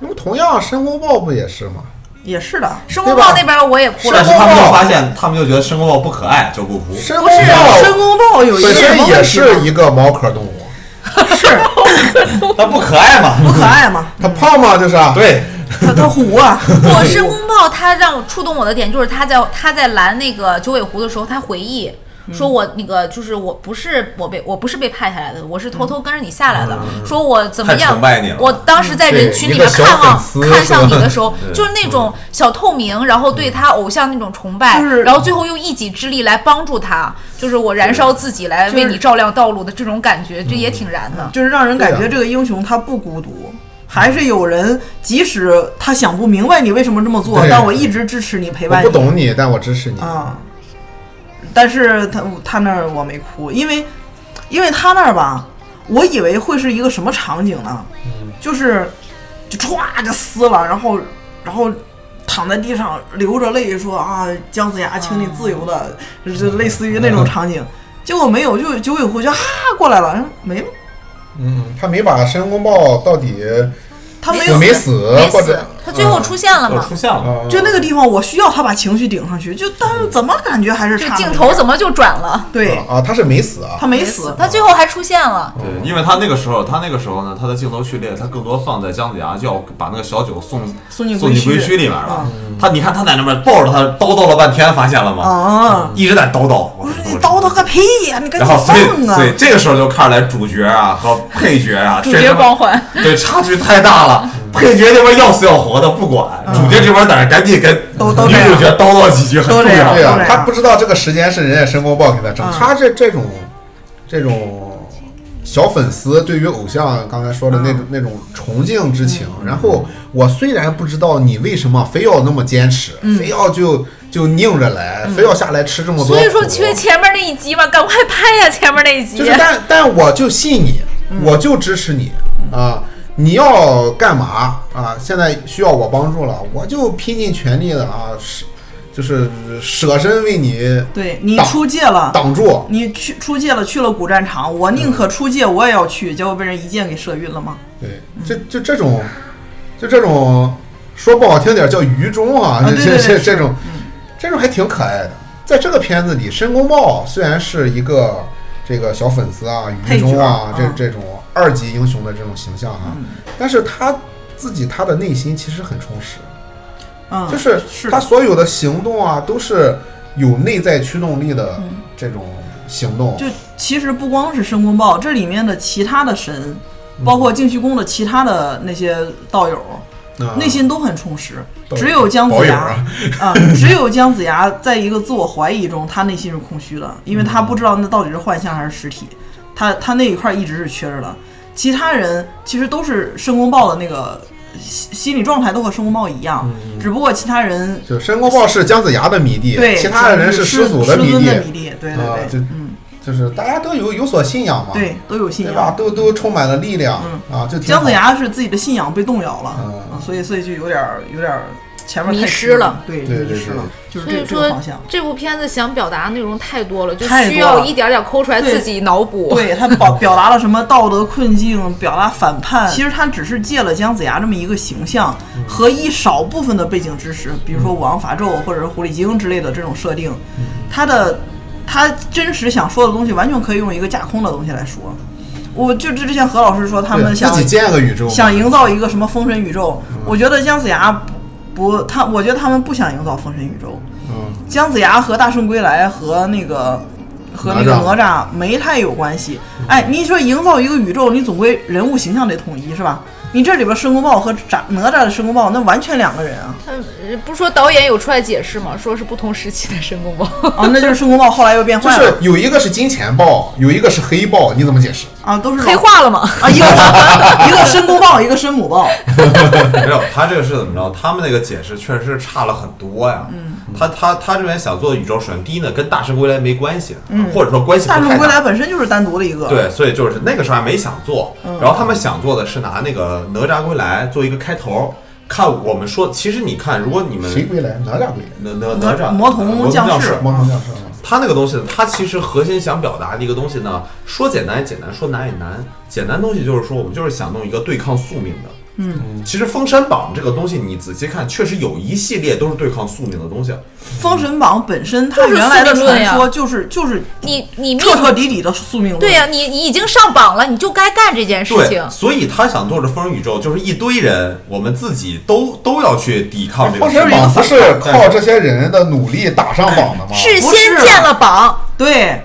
Speaker 4: 那么同样，申公豹不也是吗？
Speaker 2: 也是的。
Speaker 3: 申公豹
Speaker 4: 对吧
Speaker 3: 那边我也哭
Speaker 5: 但
Speaker 3: 了
Speaker 5: 是。他们就发现，他们就觉得申公豹不可爱，就不哭。
Speaker 4: 申公
Speaker 2: 不是啊申
Speaker 4: 豹
Speaker 2: 公豹有一个
Speaker 4: 本
Speaker 2: 什么
Speaker 4: 身也
Speaker 2: 问题
Speaker 4: 是
Speaker 2: 吗？
Speaker 4: 一个猫科动物，
Speaker 5: 但不可爱
Speaker 2: 不
Speaker 5: 嘛？
Speaker 2: 可爱嘛，
Speaker 4: 它胖吗？就是啊，
Speaker 5: 对，
Speaker 2: 它它虎 啊，
Speaker 3: 我申公豹他让我触动我的点就是他在他在拦那个九尾狐的时候，他回忆。说我那个就是我不是我被我不是被派下来的，我是偷偷跟着你下来的。
Speaker 4: 嗯
Speaker 3: 说我怎么
Speaker 5: 太
Speaker 3: 样
Speaker 5: 崇拜你了？
Speaker 3: 我当时在人群里面
Speaker 4: 对一个
Speaker 3: 看望
Speaker 4: 小粉丝
Speaker 3: 看向你
Speaker 4: 是吧
Speaker 3: 的时 候，
Speaker 5: 对
Speaker 3: 就是那种小透明，然后对他偶像那种崇拜
Speaker 2: 就是，
Speaker 3: 然后最后用一己之力来帮助他，就是我燃烧自己来为
Speaker 2: 就是
Speaker 3: 你照亮道路的这种感觉，这也挺燃的。
Speaker 2: 就是让人感
Speaker 4: 啊
Speaker 2: 觉这个英雄他不孤独。还是有人，即使他想不明白你为什么这么做，
Speaker 4: 对啊
Speaker 2: 但我一直支持你，陪
Speaker 4: 我
Speaker 2: 伴你。
Speaker 4: 不懂你，但我支持你。
Speaker 2: 啊，但是他他那儿我没哭，因为因为他那儿吧，我以为会是一个什么场景呢？
Speaker 4: 嗯
Speaker 2: 就是就歘就撕了，然后然后躺在地上流着泪说啊，姜子牙，请你自由的，
Speaker 4: 嗯
Speaker 2: 就是类似于那种场景。结果没有，就九尾狐就哈过来了，没了，
Speaker 4: 嗯，他没把申公豹到底
Speaker 2: 他没
Speaker 4: 死
Speaker 2: 有
Speaker 4: 没死，
Speaker 3: 没
Speaker 4: 呃或
Speaker 3: 死
Speaker 4: 者，
Speaker 3: 他最后出现了
Speaker 5: 我
Speaker 3: 嘛
Speaker 5: 出？现了。
Speaker 4: 啊
Speaker 2: 就那个地方，我需要他把情绪顶上去，就但
Speaker 4: 嗯
Speaker 2: 是怎么感觉还是
Speaker 3: 这
Speaker 2: 差了
Speaker 3: 镜
Speaker 2: 一
Speaker 3: 头
Speaker 2: 点
Speaker 3: 怎么就转了？
Speaker 2: 对
Speaker 4: 啊，他是没死啊
Speaker 2: 他。没死，
Speaker 3: 他最后还出现了。
Speaker 5: 对，因为他那个时候，他那个时候呢，他的镜头序列，他更多放在姜子牙就要把那个小九送
Speaker 2: 嗯送进
Speaker 5: 进
Speaker 2: 归墟
Speaker 5: 归墟里面了
Speaker 2: 啊。
Speaker 5: 他你看他在那边抱着他叨叨了半天，发现了吗？
Speaker 2: 啊。
Speaker 5: 一直在叨叨。
Speaker 2: 我
Speaker 5: 我
Speaker 2: 哎说你叨叨个屁呀、你赶紧
Speaker 5: 然后所
Speaker 2: 放
Speaker 5: 以
Speaker 2: 啊
Speaker 5: 所！以这个时候就看出来主角啊和配角啊，
Speaker 3: 主
Speaker 5: 确
Speaker 3: 角
Speaker 5: 实
Speaker 3: 光环，
Speaker 5: 对差距太大
Speaker 2: 嗯
Speaker 5: 了。配角这边要死要活的不管，主角这边在那赶紧跟
Speaker 2: 嗯都都
Speaker 5: 女
Speaker 2: 这样
Speaker 5: 主角叨叨几句很
Speaker 2: 都
Speaker 5: 重
Speaker 2: 这样
Speaker 5: 要
Speaker 4: 对。啊
Speaker 2: 对，啊
Speaker 4: 他不知道这个时间是人家申公豹给他整
Speaker 2: 嗯。
Speaker 4: 他这这种这种小粉丝对于偶像刚才说的
Speaker 3: 嗯
Speaker 4: 那种那种崇敬之情，然后我虽然不知道你为什么非要那么坚持，
Speaker 3: 嗯
Speaker 4: 非要就就拧着来，非要下来吃这么多苦，
Speaker 3: 所以说缺前面那一集嘛，赶快拍呀、前面那一集。
Speaker 4: 就是但但我就信你，
Speaker 3: 嗯
Speaker 4: 我就支持你啊。你要干嘛啊？现在需要我帮助了，我就拼尽全力的啊，是就是舍身为你
Speaker 2: 对你
Speaker 4: 挡
Speaker 2: 出界了，
Speaker 4: 挡住。
Speaker 2: 你去出界了，去了古战场，我宁
Speaker 5: 嗯
Speaker 2: 可出界，我也要去，结果被人一箭给射晕了吗？
Speaker 4: 对，就就这种，就这种，说不好听点儿叫愚忠啊，
Speaker 2: 啊
Speaker 4: 这
Speaker 2: 对对
Speaker 4: 这
Speaker 2: 对嗯
Speaker 4: 这这种，这种还挺可爱的。在这个片子里，申公豹虽然是一个这个小粉丝啊、
Speaker 2: 配
Speaker 4: 愚忠啊
Speaker 2: 角
Speaker 4: 这
Speaker 2: 嗯
Speaker 4: 这种，二级英雄的这种形象哈、但是他自己他的内心其实很充实，
Speaker 2: 嗯，
Speaker 4: 就是
Speaker 2: 是
Speaker 4: 他
Speaker 2: 的
Speaker 4: 所有的行动啊都是有内在驱动力的
Speaker 2: 嗯
Speaker 4: 这种行动，
Speaker 2: 就其实不光是申公豹，这里面的其他的神，包
Speaker 5: 嗯
Speaker 2: 括净虚宫的其他的那些道友，
Speaker 4: 啊
Speaker 2: 内心都很充实。
Speaker 4: 道友
Speaker 2: 只有姜
Speaker 4: 保
Speaker 2: 子
Speaker 4: 友
Speaker 2: 牙
Speaker 4: 啊
Speaker 2: 啊、 只有姜子牙在一个自我怀疑中，他内心是空虚的，因为
Speaker 4: 嗯
Speaker 2: 他不知道那到底是幻象还是实体，他他那一块一直是缺着的。其他人其实都是申公豹的那个心心理状态都和申公豹一样，只不过其他人
Speaker 4: 嗯就申公豹是姜子牙的迷弟，
Speaker 2: 对
Speaker 4: 其他的人是
Speaker 2: 师
Speaker 4: 祖
Speaker 2: 的
Speaker 4: 迷
Speaker 2: 弟，
Speaker 4: 弟，
Speaker 2: 弟，对对
Speaker 4: 啊
Speaker 2: 对，
Speaker 4: 就
Speaker 2: 嗯，
Speaker 4: 就是大家都有有所信仰嘛，
Speaker 2: 对都有信
Speaker 4: 对
Speaker 2: 仰，嗯
Speaker 4: 吧？都都充满了力量、啊，就挺
Speaker 2: 姜子
Speaker 4: 好
Speaker 2: 牙是自己的信仰被动摇了，
Speaker 4: 嗯
Speaker 2: 啊所以所以就有点儿有点儿前面太
Speaker 3: 迷
Speaker 2: 虚
Speaker 3: 失了，
Speaker 2: 对，
Speaker 4: 对对
Speaker 2: 迷失了，就是
Speaker 3: 所以
Speaker 2: 这这个
Speaker 3: 说
Speaker 2: 方向。
Speaker 3: 这部片子想表达的内容太多了，就
Speaker 2: 太
Speaker 3: 需
Speaker 2: 多
Speaker 3: 要
Speaker 2: 了
Speaker 3: 一点点抠出来
Speaker 2: 对
Speaker 3: 自己脑补。
Speaker 2: 对他 表表达了什么道德困境，表达反叛。其实他只是借了姜子牙这么一个形象
Speaker 4: 嗯
Speaker 2: 和一少部分的背景知识，比如说武王伐纣或者是狐狸精之类的这种设定，
Speaker 4: 嗯
Speaker 2: 他的他真实想说的东西完全可以用一个架空的东西来说。我就之之前何老师说他
Speaker 4: 对
Speaker 2: 们想
Speaker 4: 自己建个宇宙嘛，
Speaker 2: 想营造一个什么封神宇宙，
Speaker 4: 嗯
Speaker 2: 我觉得姜子牙不不，他我觉得他们不想营造封神宇宙。
Speaker 4: 嗯，
Speaker 2: 姜子牙和大圣归来和那个和那个
Speaker 4: 哪吒
Speaker 2: 哪吒没太有关系。哎，你说营造一个宇宙，你总归人物形象得统一是吧？你这里边申公豹和哪哪吒的申公豹那完全两个人 啊！
Speaker 3: 嗯，不是说导演有出来解释吗？说是不同时期的申 公豹。
Speaker 2: 啊，那就是申公豹后来又变
Speaker 4: 就
Speaker 2: 坏
Speaker 4: 是
Speaker 2: 了
Speaker 4: 有一个是金钱豹，有一个是黑豹，你怎么解释？
Speaker 2: 啊，都是
Speaker 3: 黑
Speaker 2: 老
Speaker 3: 化 了吗？
Speaker 2: 啊，一个 一个申公豹，一个申母豹，
Speaker 5: 没有，他这个是怎么着？他们那个解释确实是差了很多呀。嗯，他他他这边想做宇宙神，第一呢，跟《大圣归来》没关系，或者说关系
Speaker 2: 嗯
Speaker 5: 不
Speaker 2: 大
Speaker 5: 太
Speaker 2: 圣归来
Speaker 5: 大。
Speaker 2: 本身就是单独的一个。
Speaker 5: 对，所以就是那个时候还没想做，
Speaker 2: 嗯
Speaker 5: 然后他们想做的是拿那个哪吒归来做一个开头，看我们说，其实你看，如果你们
Speaker 4: 谁归来？哪俩归来？
Speaker 5: 哪哪哪吒
Speaker 2: 魔童
Speaker 5: 降
Speaker 2: 降世
Speaker 4: 猫头将士吗？
Speaker 5: 他那个东西呢，他其实核心想表达的一个东西呢，说简单也简单，说难也难。简单东西就是说，我们就是想弄一个对抗宿命的。嗯，其实《封神榜》这个东西，你仔细看，确实有一系列都是对抗宿命的东西。
Speaker 2: 封神榜本身它
Speaker 3: 就是
Speaker 2: 原来的
Speaker 3: 宿命论
Speaker 2: 传
Speaker 3: 呀
Speaker 2: 说就是就是
Speaker 3: 你你命
Speaker 2: 彻彻底底的宿命论。
Speaker 3: 对呀、你你已经上榜了，你就该干这件事
Speaker 5: 对
Speaker 3: 情，。
Speaker 5: 所以他想做的封神宇宙，就是一堆人，我们自己都都要去抵抗这个
Speaker 4: 哎封
Speaker 5: 宿命。
Speaker 4: 神榜不是靠这些人的努力打上榜的吗？
Speaker 3: 是先
Speaker 2: 不是啊
Speaker 3: 建了榜，
Speaker 2: 对，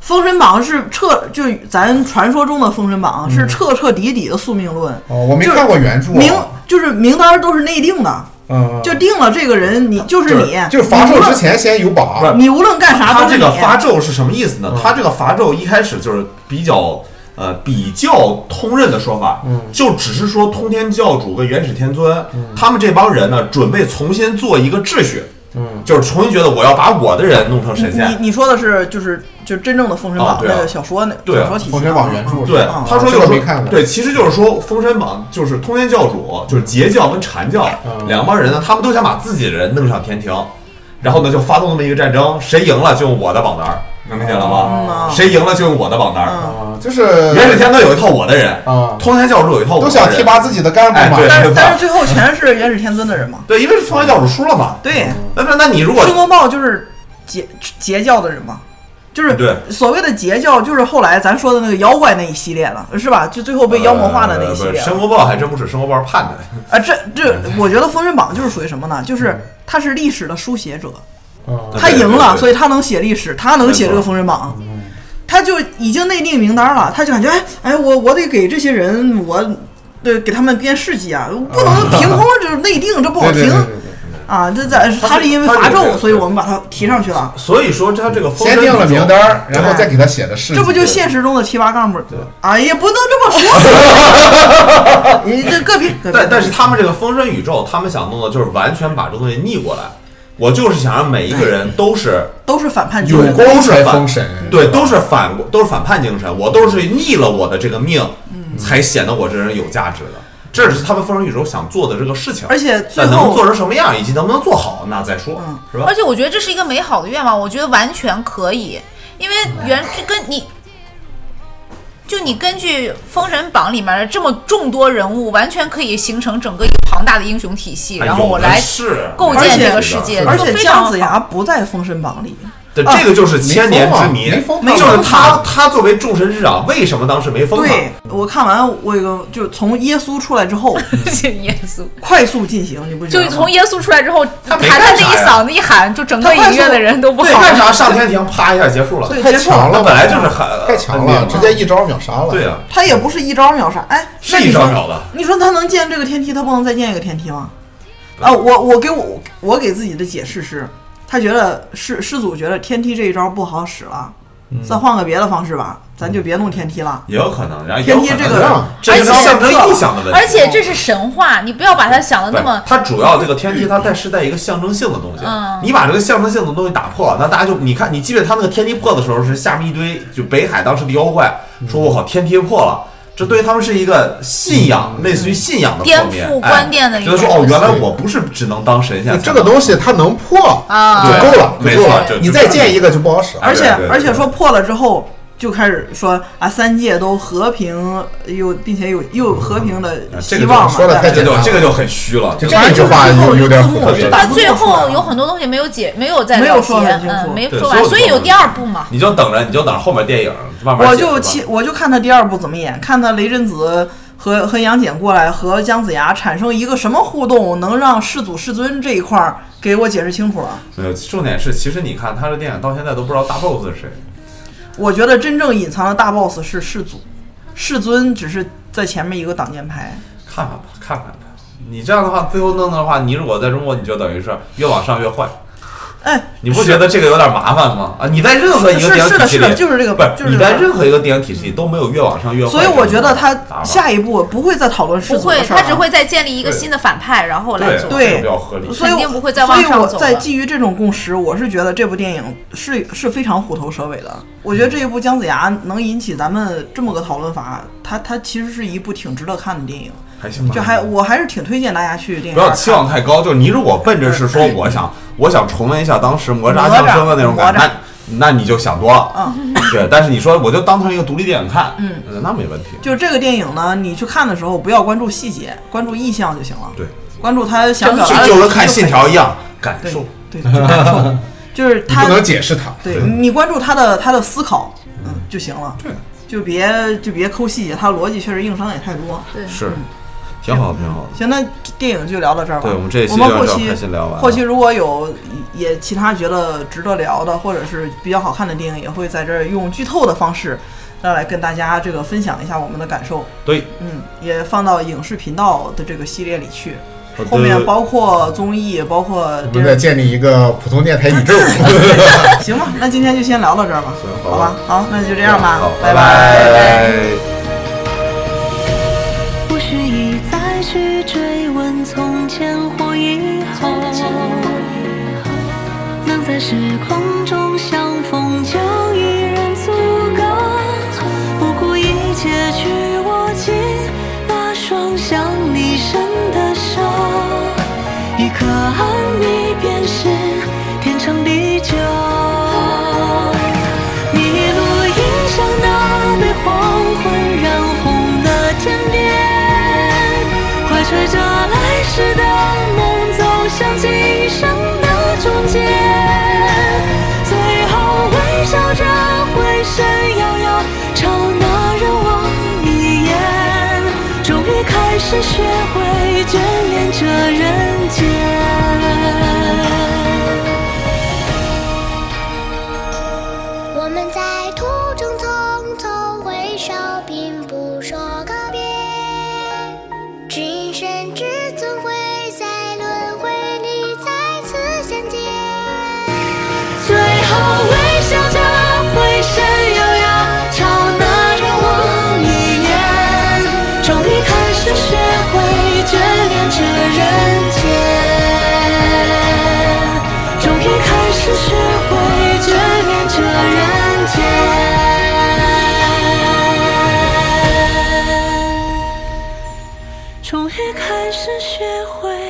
Speaker 2: 封神榜是彻就咱传说中的封神榜是彻彻底底的宿命论。
Speaker 4: 哦，我没
Speaker 2: 就是
Speaker 4: 看过原著啊。
Speaker 2: 名就是名单都是内定的，
Speaker 4: 嗯，
Speaker 2: 就定了这个人，你就是
Speaker 5: 就是
Speaker 2: 你，
Speaker 4: 就是伐
Speaker 2: 你无
Speaker 4: 纣
Speaker 2: 论
Speaker 4: 之，前先有榜，
Speaker 2: 你无论干啥
Speaker 5: 他
Speaker 2: 都是
Speaker 5: 这
Speaker 2: 你。啊
Speaker 5: 个伐纣是什么意思
Speaker 4: 嗯
Speaker 5: 呢？他这个伐纣一开始就是比较呃比较通认的说法，
Speaker 4: 嗯
Speaker 5: 就只是说通天教主跟元始天尊他们这帮人呢，准备重新做一个秩序，
Speaker 4: 嗯
Speaker 5: 就是重新觉得我要把我的人弄成神
Speaker 2: 你
Speaker 5: 仙。
Speaker 2: 你说的是就是就真正的封神
Speaker 5: 啊
Speaker 2: 榜
Speaker 5: 对啊
Speaker 2: 那个小说那
Speaker 5: 对啊
Speaker 2: 小说体系的
Speaker 4: 封神榜原著
Speaker 5: 对
Speaker 2: 嗯，
Speaker 5: 他说
Speaker 4: 这
Speaker 5: 就
Speaker 4: 个
Speaker 5: 是
Speaker 4: 没看
Speaker 5: 说，
Speaker 4: 过
Speaker 5: 对，其实就是说，封神榜就是通天教主，就是截教跟禅教
Speaker 4: 嗯
Speaker 5: 两帮人呢，他们都想把自己的人弄上天庭，然后呢就发动这么一个战争，谁赢了就用我的榜单儿，能理解了吗？
Speaker 2: 嗯
Speaker 5: 谁赢了就用我的榜单儿，
Speaker 4: 啊，就是
Speaker 5: 元始天尊有一套我的人
Speaker 4: 啊
Speaker 5: 通天教主有一套我的
Speaker 4: 都
Speaker 5: 人
Speaker 4: 想提拔自己的干部
Speaker 5: 哎
Speaker 4: 嘛。
Speaker 5: 对
Speaker 2: 但是但是最后全是元始天尊的人嘛。
Speaker 5: 对，因为是通天教主输了嘛。
Speaker 2: 对，
Speaker 5: 那那那你如果
Speaker 2: 申公豹就是截截教的人嘛，就是
Speaker 5: 对
Speaker 2: 所谓的截教，就是后来咱说的那个妖怪那一系列了，是吧？就最后被妖魔化的那一系
Speaker 5: 呃不
Speaker 2: 列
Speaker 5: 是
Speaker 2: 了。
Speaker 5: 申公豹还真不是申公豹判的，
Speaker 2: 啊，这这，我觉得《封神榜》就是属于什么呢？就是他是历史的书写者，
Speaker 4: 啊
Speaker 2: 他赢
Speaker 5: 嗯对对
Speaker 2: 了，
Speaker 5: 对嗯
Speaker 2: 所以他能写历史，他能写这个《封神榜》。他就已经内定名单了，他就感觉哎哎，我我得给这些人，我对给他们编事迹啊，不能凭空
Speaker 5: 嗯
Speaker 2: 就是内定，这不好
Speaker 4: 对对
Speaker 2: 听
Speaker 4: 对对对
Speaker 2: 啊！这在
Speaker 5: 他
Speaker 2: 他
Speaker 5: 是
Speaker 2: 是因为
Speaker 5: 他是
Speaker 2: 伐
Speaker 5: 有这
Speaker 2: 纣，
Speaker 5: 个
Speaker 2: 所以我们把他提上去了。
Speaker 5: 所以说他这个封
Speaker 4: 先
Speaker 5: 神
Speaker 4: 定了
Speaker 5: 宇宙
Speaker 4: 名单儿，然后再给他写的事迹。
Speaker 2: 哎这不就现实中的提拔干部？哎呀，不能这么说。 你这个别，个别
Speaker 5: 但但是他们这个封神宇宙，他们想弄的就是完全把这东西逆过来。我就是想让每一个人都是
Speaker 2: 都是反叛军
Speaker 4: 有
Speaker 2: 人，
Speaker 4: 功才封神，
Speaker 5: 对，都是反都是反叛精神，我都是逆了我的这个命，才显得我这人有价值的。这是他们封神宇宙想做的这个事情，
Speaker 2: 而且最
Speaker 5: 但能
Speaker 2: 后
Speaker 5: 做成什么样，以及能不能做好，那再说，是吧
Speaker 3: 而？且我觉得这是一个美好的愿望，我觉得完全可以，因为原这跟你。就你根据《封神榜》里面的这么众多人物，完全可以形成整个一个庞大的英雄体系，
Speaker 5: 哎
Speaker 3: 然后
Speaker 5: 有
Speaker 3: 我
Speaker 5: 的
Speaker 3: 来
Speaker 5: 是
Speaker 3: 构
Speaker 2: 而
Speaker 3: 建
Speaker 2: 且
Speaker 3: 这个世界。
Speaker 2: 而
Speaker 3: 就
Speaker 2: 且
Speaker 3: 非常
Speaker 2: 姜子
Speaker 3: 好
Speaker 2: 牙不在《封神榜》里，
Speaker 5: 这这个就是千年之谜，
Speaker 4: 没封啊没封
Speaker 5: 就是
Speaker 4: 没封
Speaker 5: 他他作为众神之长，为什么当时没封他？
Speaker 2: 对我看完我有个就从耶稣出来之后
Speaker 3: 耶稣，
Speaker 2: 快速进行，你不觉
Speaker 3: 就
Speaker 2: 得吗？
Speaker 3: 从耶稣出来之后，
Speaker 5: 他
Speaker 3: 喊
Speaker 5: 哎没
Speaker 3: 他
Speaker 5: 干
Speaker 3: 那
Speaker 5: 啥
Speaker 3: 一
Speaker 5: 呀
Speaker 3: 嗓子一喊，就整个
Speaker 2: 他快
Speaker 3: 影院
Speaker 2: 速
Speaker 3: 的人都不
Speaker 2: 对
Speaker 3: 好
Speaker 5: 干
Speaker 3: 了。
Speaker 5: 啥上天庭，啪一下结束了。
Speaker 2: 对
Speaker 4: 太
Speaker 2: 结束了
Speaker 4: 强了
Speaker 5: 他
Speaker 4: 吧，
Speaker 5: 本来就是很
Speaker 4: 太强
Speaker 5: 很厉害
Speaker 4: 了，直接一招秒杀了。
Speaker 5: 对啊，
Speaker 2: 他也不是一招秒杀，哎，那
Speaker 5: 是
Speaker 2: 你
Speaker 5: 一
Speaker 2: 说
Speaker 5: 招秒的。
Speaker 2: 你说他能建这个天梯，他不能再建一个天梯吗？啊，我我给我我给自己的解释是，他觉得师师祖觉得天梯这一招不好使了，
Speaker 5: 嗯
Speaker 2: 再换个别的方式吧，咱就别弄天梯了。
Speaker 5: 也有可能，然后也有可
Speaker 2: 天
Speaker 5: 能
Speaker 2: 梯这
Speaker 4: 个
Speaker 5: 这是象征意象的问题。
Speaker 3: 而且这是神话，你不要把它想的
Speaker 5: 对
Speaker 3: 啊那么。
Speaker 5: 它主要这个天梯，它在是在一个象征性的东西。
Speaker 3: 嗯
Speaker 5: 你把这个象征性的东西打破了，那大家就你看，你记得它那个天梯破的时候是下面一堆就北海当时的妖怪说：“我靠，天梯破了。”这对他们是一个信仰，类似于信仰的
Speaker 3: 颠
Speaker 5: 破灭
Speaker 3: 覆
Speaker 5: 哎
Speaker 3: 观念的一
Speaker 5: 觉得说
Speaker 3: 种
Speaker 5: 哦，原来
Speaker 4: 对
Speaker 5: 我不是只能当神仙才能，
Speaker 4: 就这个东西它能破
Speaker 3: 啊
Speaker 4: 就够了，
Speaker 5: 对
Speaker 4: 就够了
Speaker 5: 没错就
Speaker 4: 你再建一个就不好使了。
Speaker 2: 而且
Speaker 5: 嗯对对对
Speaker 2: 而且说破了之后，就开始说啊，三界都和平又并且有又有和平的
Speaker 5: 啊这
Speaker 2: 希
Speaker 5: 个
Speaker 2: 望嘛。
Speaker 4: 说得太
Speaker 5: 这
Speaker 2: 对
Speaker 5: 就
Speaker 4: 简
Speaker 5: 这个就很虚了，
Speaker 4: 就
Speaker 5: 这
Speaker 4: 这一句话有有点
Speaker 5: 特别
Speaker 4: 狠，
Speaker 2: 大
Speaker 3: 到
Speaker 2: 字幕
Speaker 3: 最
Speaker 2: 出来
Speaker 3: 后
Speaker 2: 了
Speaker 3: 有很多东西没有解，没有在
Speaker 2: 没有
Speaker 3: 了
Speaker 2: 说
Speaker 3: 结
Speaker 2: 很清楚
Speaker 3: 嗯，没
Speaker 5: 对
Speaker 3: 说
Speaker 5: 所
Speaker 3: 完，
Speaker 5: 有的
Speaker 3: 所以
Speaker 5: 东
Speaker 3: 有
Speaker 5: 西
Speaker 3: 第二部嘛。
Speaker 5: 你就等着，你就等着后面电影慢慢写吧。
Speaker 2: 我就期我就看他第二部怎么演，看他雷震子和和杨戬过来和姜子牙产生一个什么互动，能让世祖世尊这一块儿给我解释清楚啊了。
Speaker 5: 没有，重点是，其实你看他这电影到现在都不知道大 boss 是谁，
Speaker 2: 我觉得真正隐藏的大 boss 是世祖，世尊只是在前面一个挡箭牌。
Speaker 5: 看看吧，看看吧。你这样的话，最后弄的话，你如果在中国，你就等于是越往上越坏，
Speaker 2: 哎，
Speaker 5: 你不觉得这个有点麻烦吗？啊，你在任何一个
Speaker 2: 是
Speaker 5: 电影
Speaker 2: 是的
Speaker 5: 体系
Speaker 2: 是的
Speaker 5: 里，
Speaker 2: 就是这个
Speaker 5: 不是、
Speaker 2: 就是这个
Speaker 5: 你在任何一个电影体系里都没有越往上越坏这
Speaker 2: 所
Speaker 5: 种
Speaker 2: 以
Speaker 5: 打法。
Speaker 2: 我觉得他下一步不会再讨论世
Speaker 3: 不
Speaker 2: 祖的
Speaker 3: 会，
Speaker 2: 事儿啊了
Speaker 3: 他只会再建立一个
Speaker 5: 对
Speaker 3: 新的反派，然后来
Speaker 5: 对
Speaker 3: 做。
Speaker 2: 对
Speaker 5: 这个比较合理。
Speaker 2: 所以
Speaker 3: 肯定不会再往上
Speaker 2: 所以我
Speaker 3: 走了
Speaker 2: 在基于这种共识，我是觉得这部电影是是非常虎头蛇尾的。我觉得这一部姜子牙能引起咱们这么个讨论法，它它其实是一部挺值得看的电影。
Speaker 5: 还行吧，
Speaker 2: 就还我还是挺推荐大家去电影
Speaker 5: 嗯不
Speaker 2: 院
Speaker 5: 要
Speaker 2: 看。
Speaker 5: 期望太高，就是你如果奔着是说我想我想重温一下当时哪吒降生的那种感
Speaker 2: 哪
Speaker 5: 觉
Speaker 2: 吒，
Speaker 5: 那那你就想多了。
Speaker 2: 嗯，
Speaker 5: 对，但是你说我就当成一个独立电影看，嗯，那没问题。
Speaker 2: 就这个电影呢，你去看的时候不要关注细节，关注意象就行了。
Speaker 5: 对，
Speaker 2: 关注他想表
Speaker 5: 就
Speaker 2: 达的，
Speaker 5: 就跟看《信条》一样，感
Speaker 2: 对
Speaker 5: 受。
Speaker 2: 对，就感 受，就是
Speaker 4: 你
Speaker 2: 他
Speaker 4: 不能解释它。
Speaker 2: 对
Speaker 5: 对
Speaker 2: 你关注他的他的思考，嗯就行了。
Speaker 5: 对，
Speaker 2: 就别就别抠细节，他逻辑确实硬伤也太多。
Speaker 5: 是，
Speaker 2: 嗯
Speaker 5: 挺好的，挺好的。
Speaker 2: 行，那电影就聊到这儿吧。
Speaker 5: 对我们这一期就
Speaker 2: 后
Speaker 5: 到这儿
Speaker 2: 期
Speaker 5: 开心聊完了
Speaker 2: 后期如果有也其他觉得值得聊的，或者是比较好看的电影，也会在这儿用剧透的方式，那来跟大家这个分享一下我们的感受。
Speaker 5: 对，
Speaker 2: 嗯，也放到影视频道的这个系列里去
Speaker 5: 好。的
Speaker 2: 后面包括综艺，包括
Speaker 4: 我
Speaker 2: 电
Speaker 4: 们再
Speaker 2: 视
Speaker 4: 建立一个普通电台宇宙。
Speaker 2: 剧，行吧？那今天就先聊到这儿吧。
Speaker 5: 行
Speaker 2: 好
Speaker 5: 好
Speaker 2: 吧
Speaker 5: 吧，
Speaker 2: 好，那就这样吧
Speaker 5: 好，，
Speaker 2: 拜
Speaker 5: 拜
Speaker 7: 不需一再去追问从前或以后，能在时空中相逢就已然足够。不顾一切去握紧那双向你伸的手，一刻安你便是天长地久。你一路迎向那被黄昏染红的天边，怀揣着来时的梦，走向今生的终结。最后微笑着回身，遥遥朝那人望一眼，终于开始学会眷恋这人间。
Speaker 8: 我们在途中匆匆挥手，并不说告别。今生至尊会在轮回里再次相见。
Speaker 7: 最后微笑着回身，遥遥朝那人望一眼，终于开始学会眷恋这人间，终于开始学会眷恋这人间。终于开始学会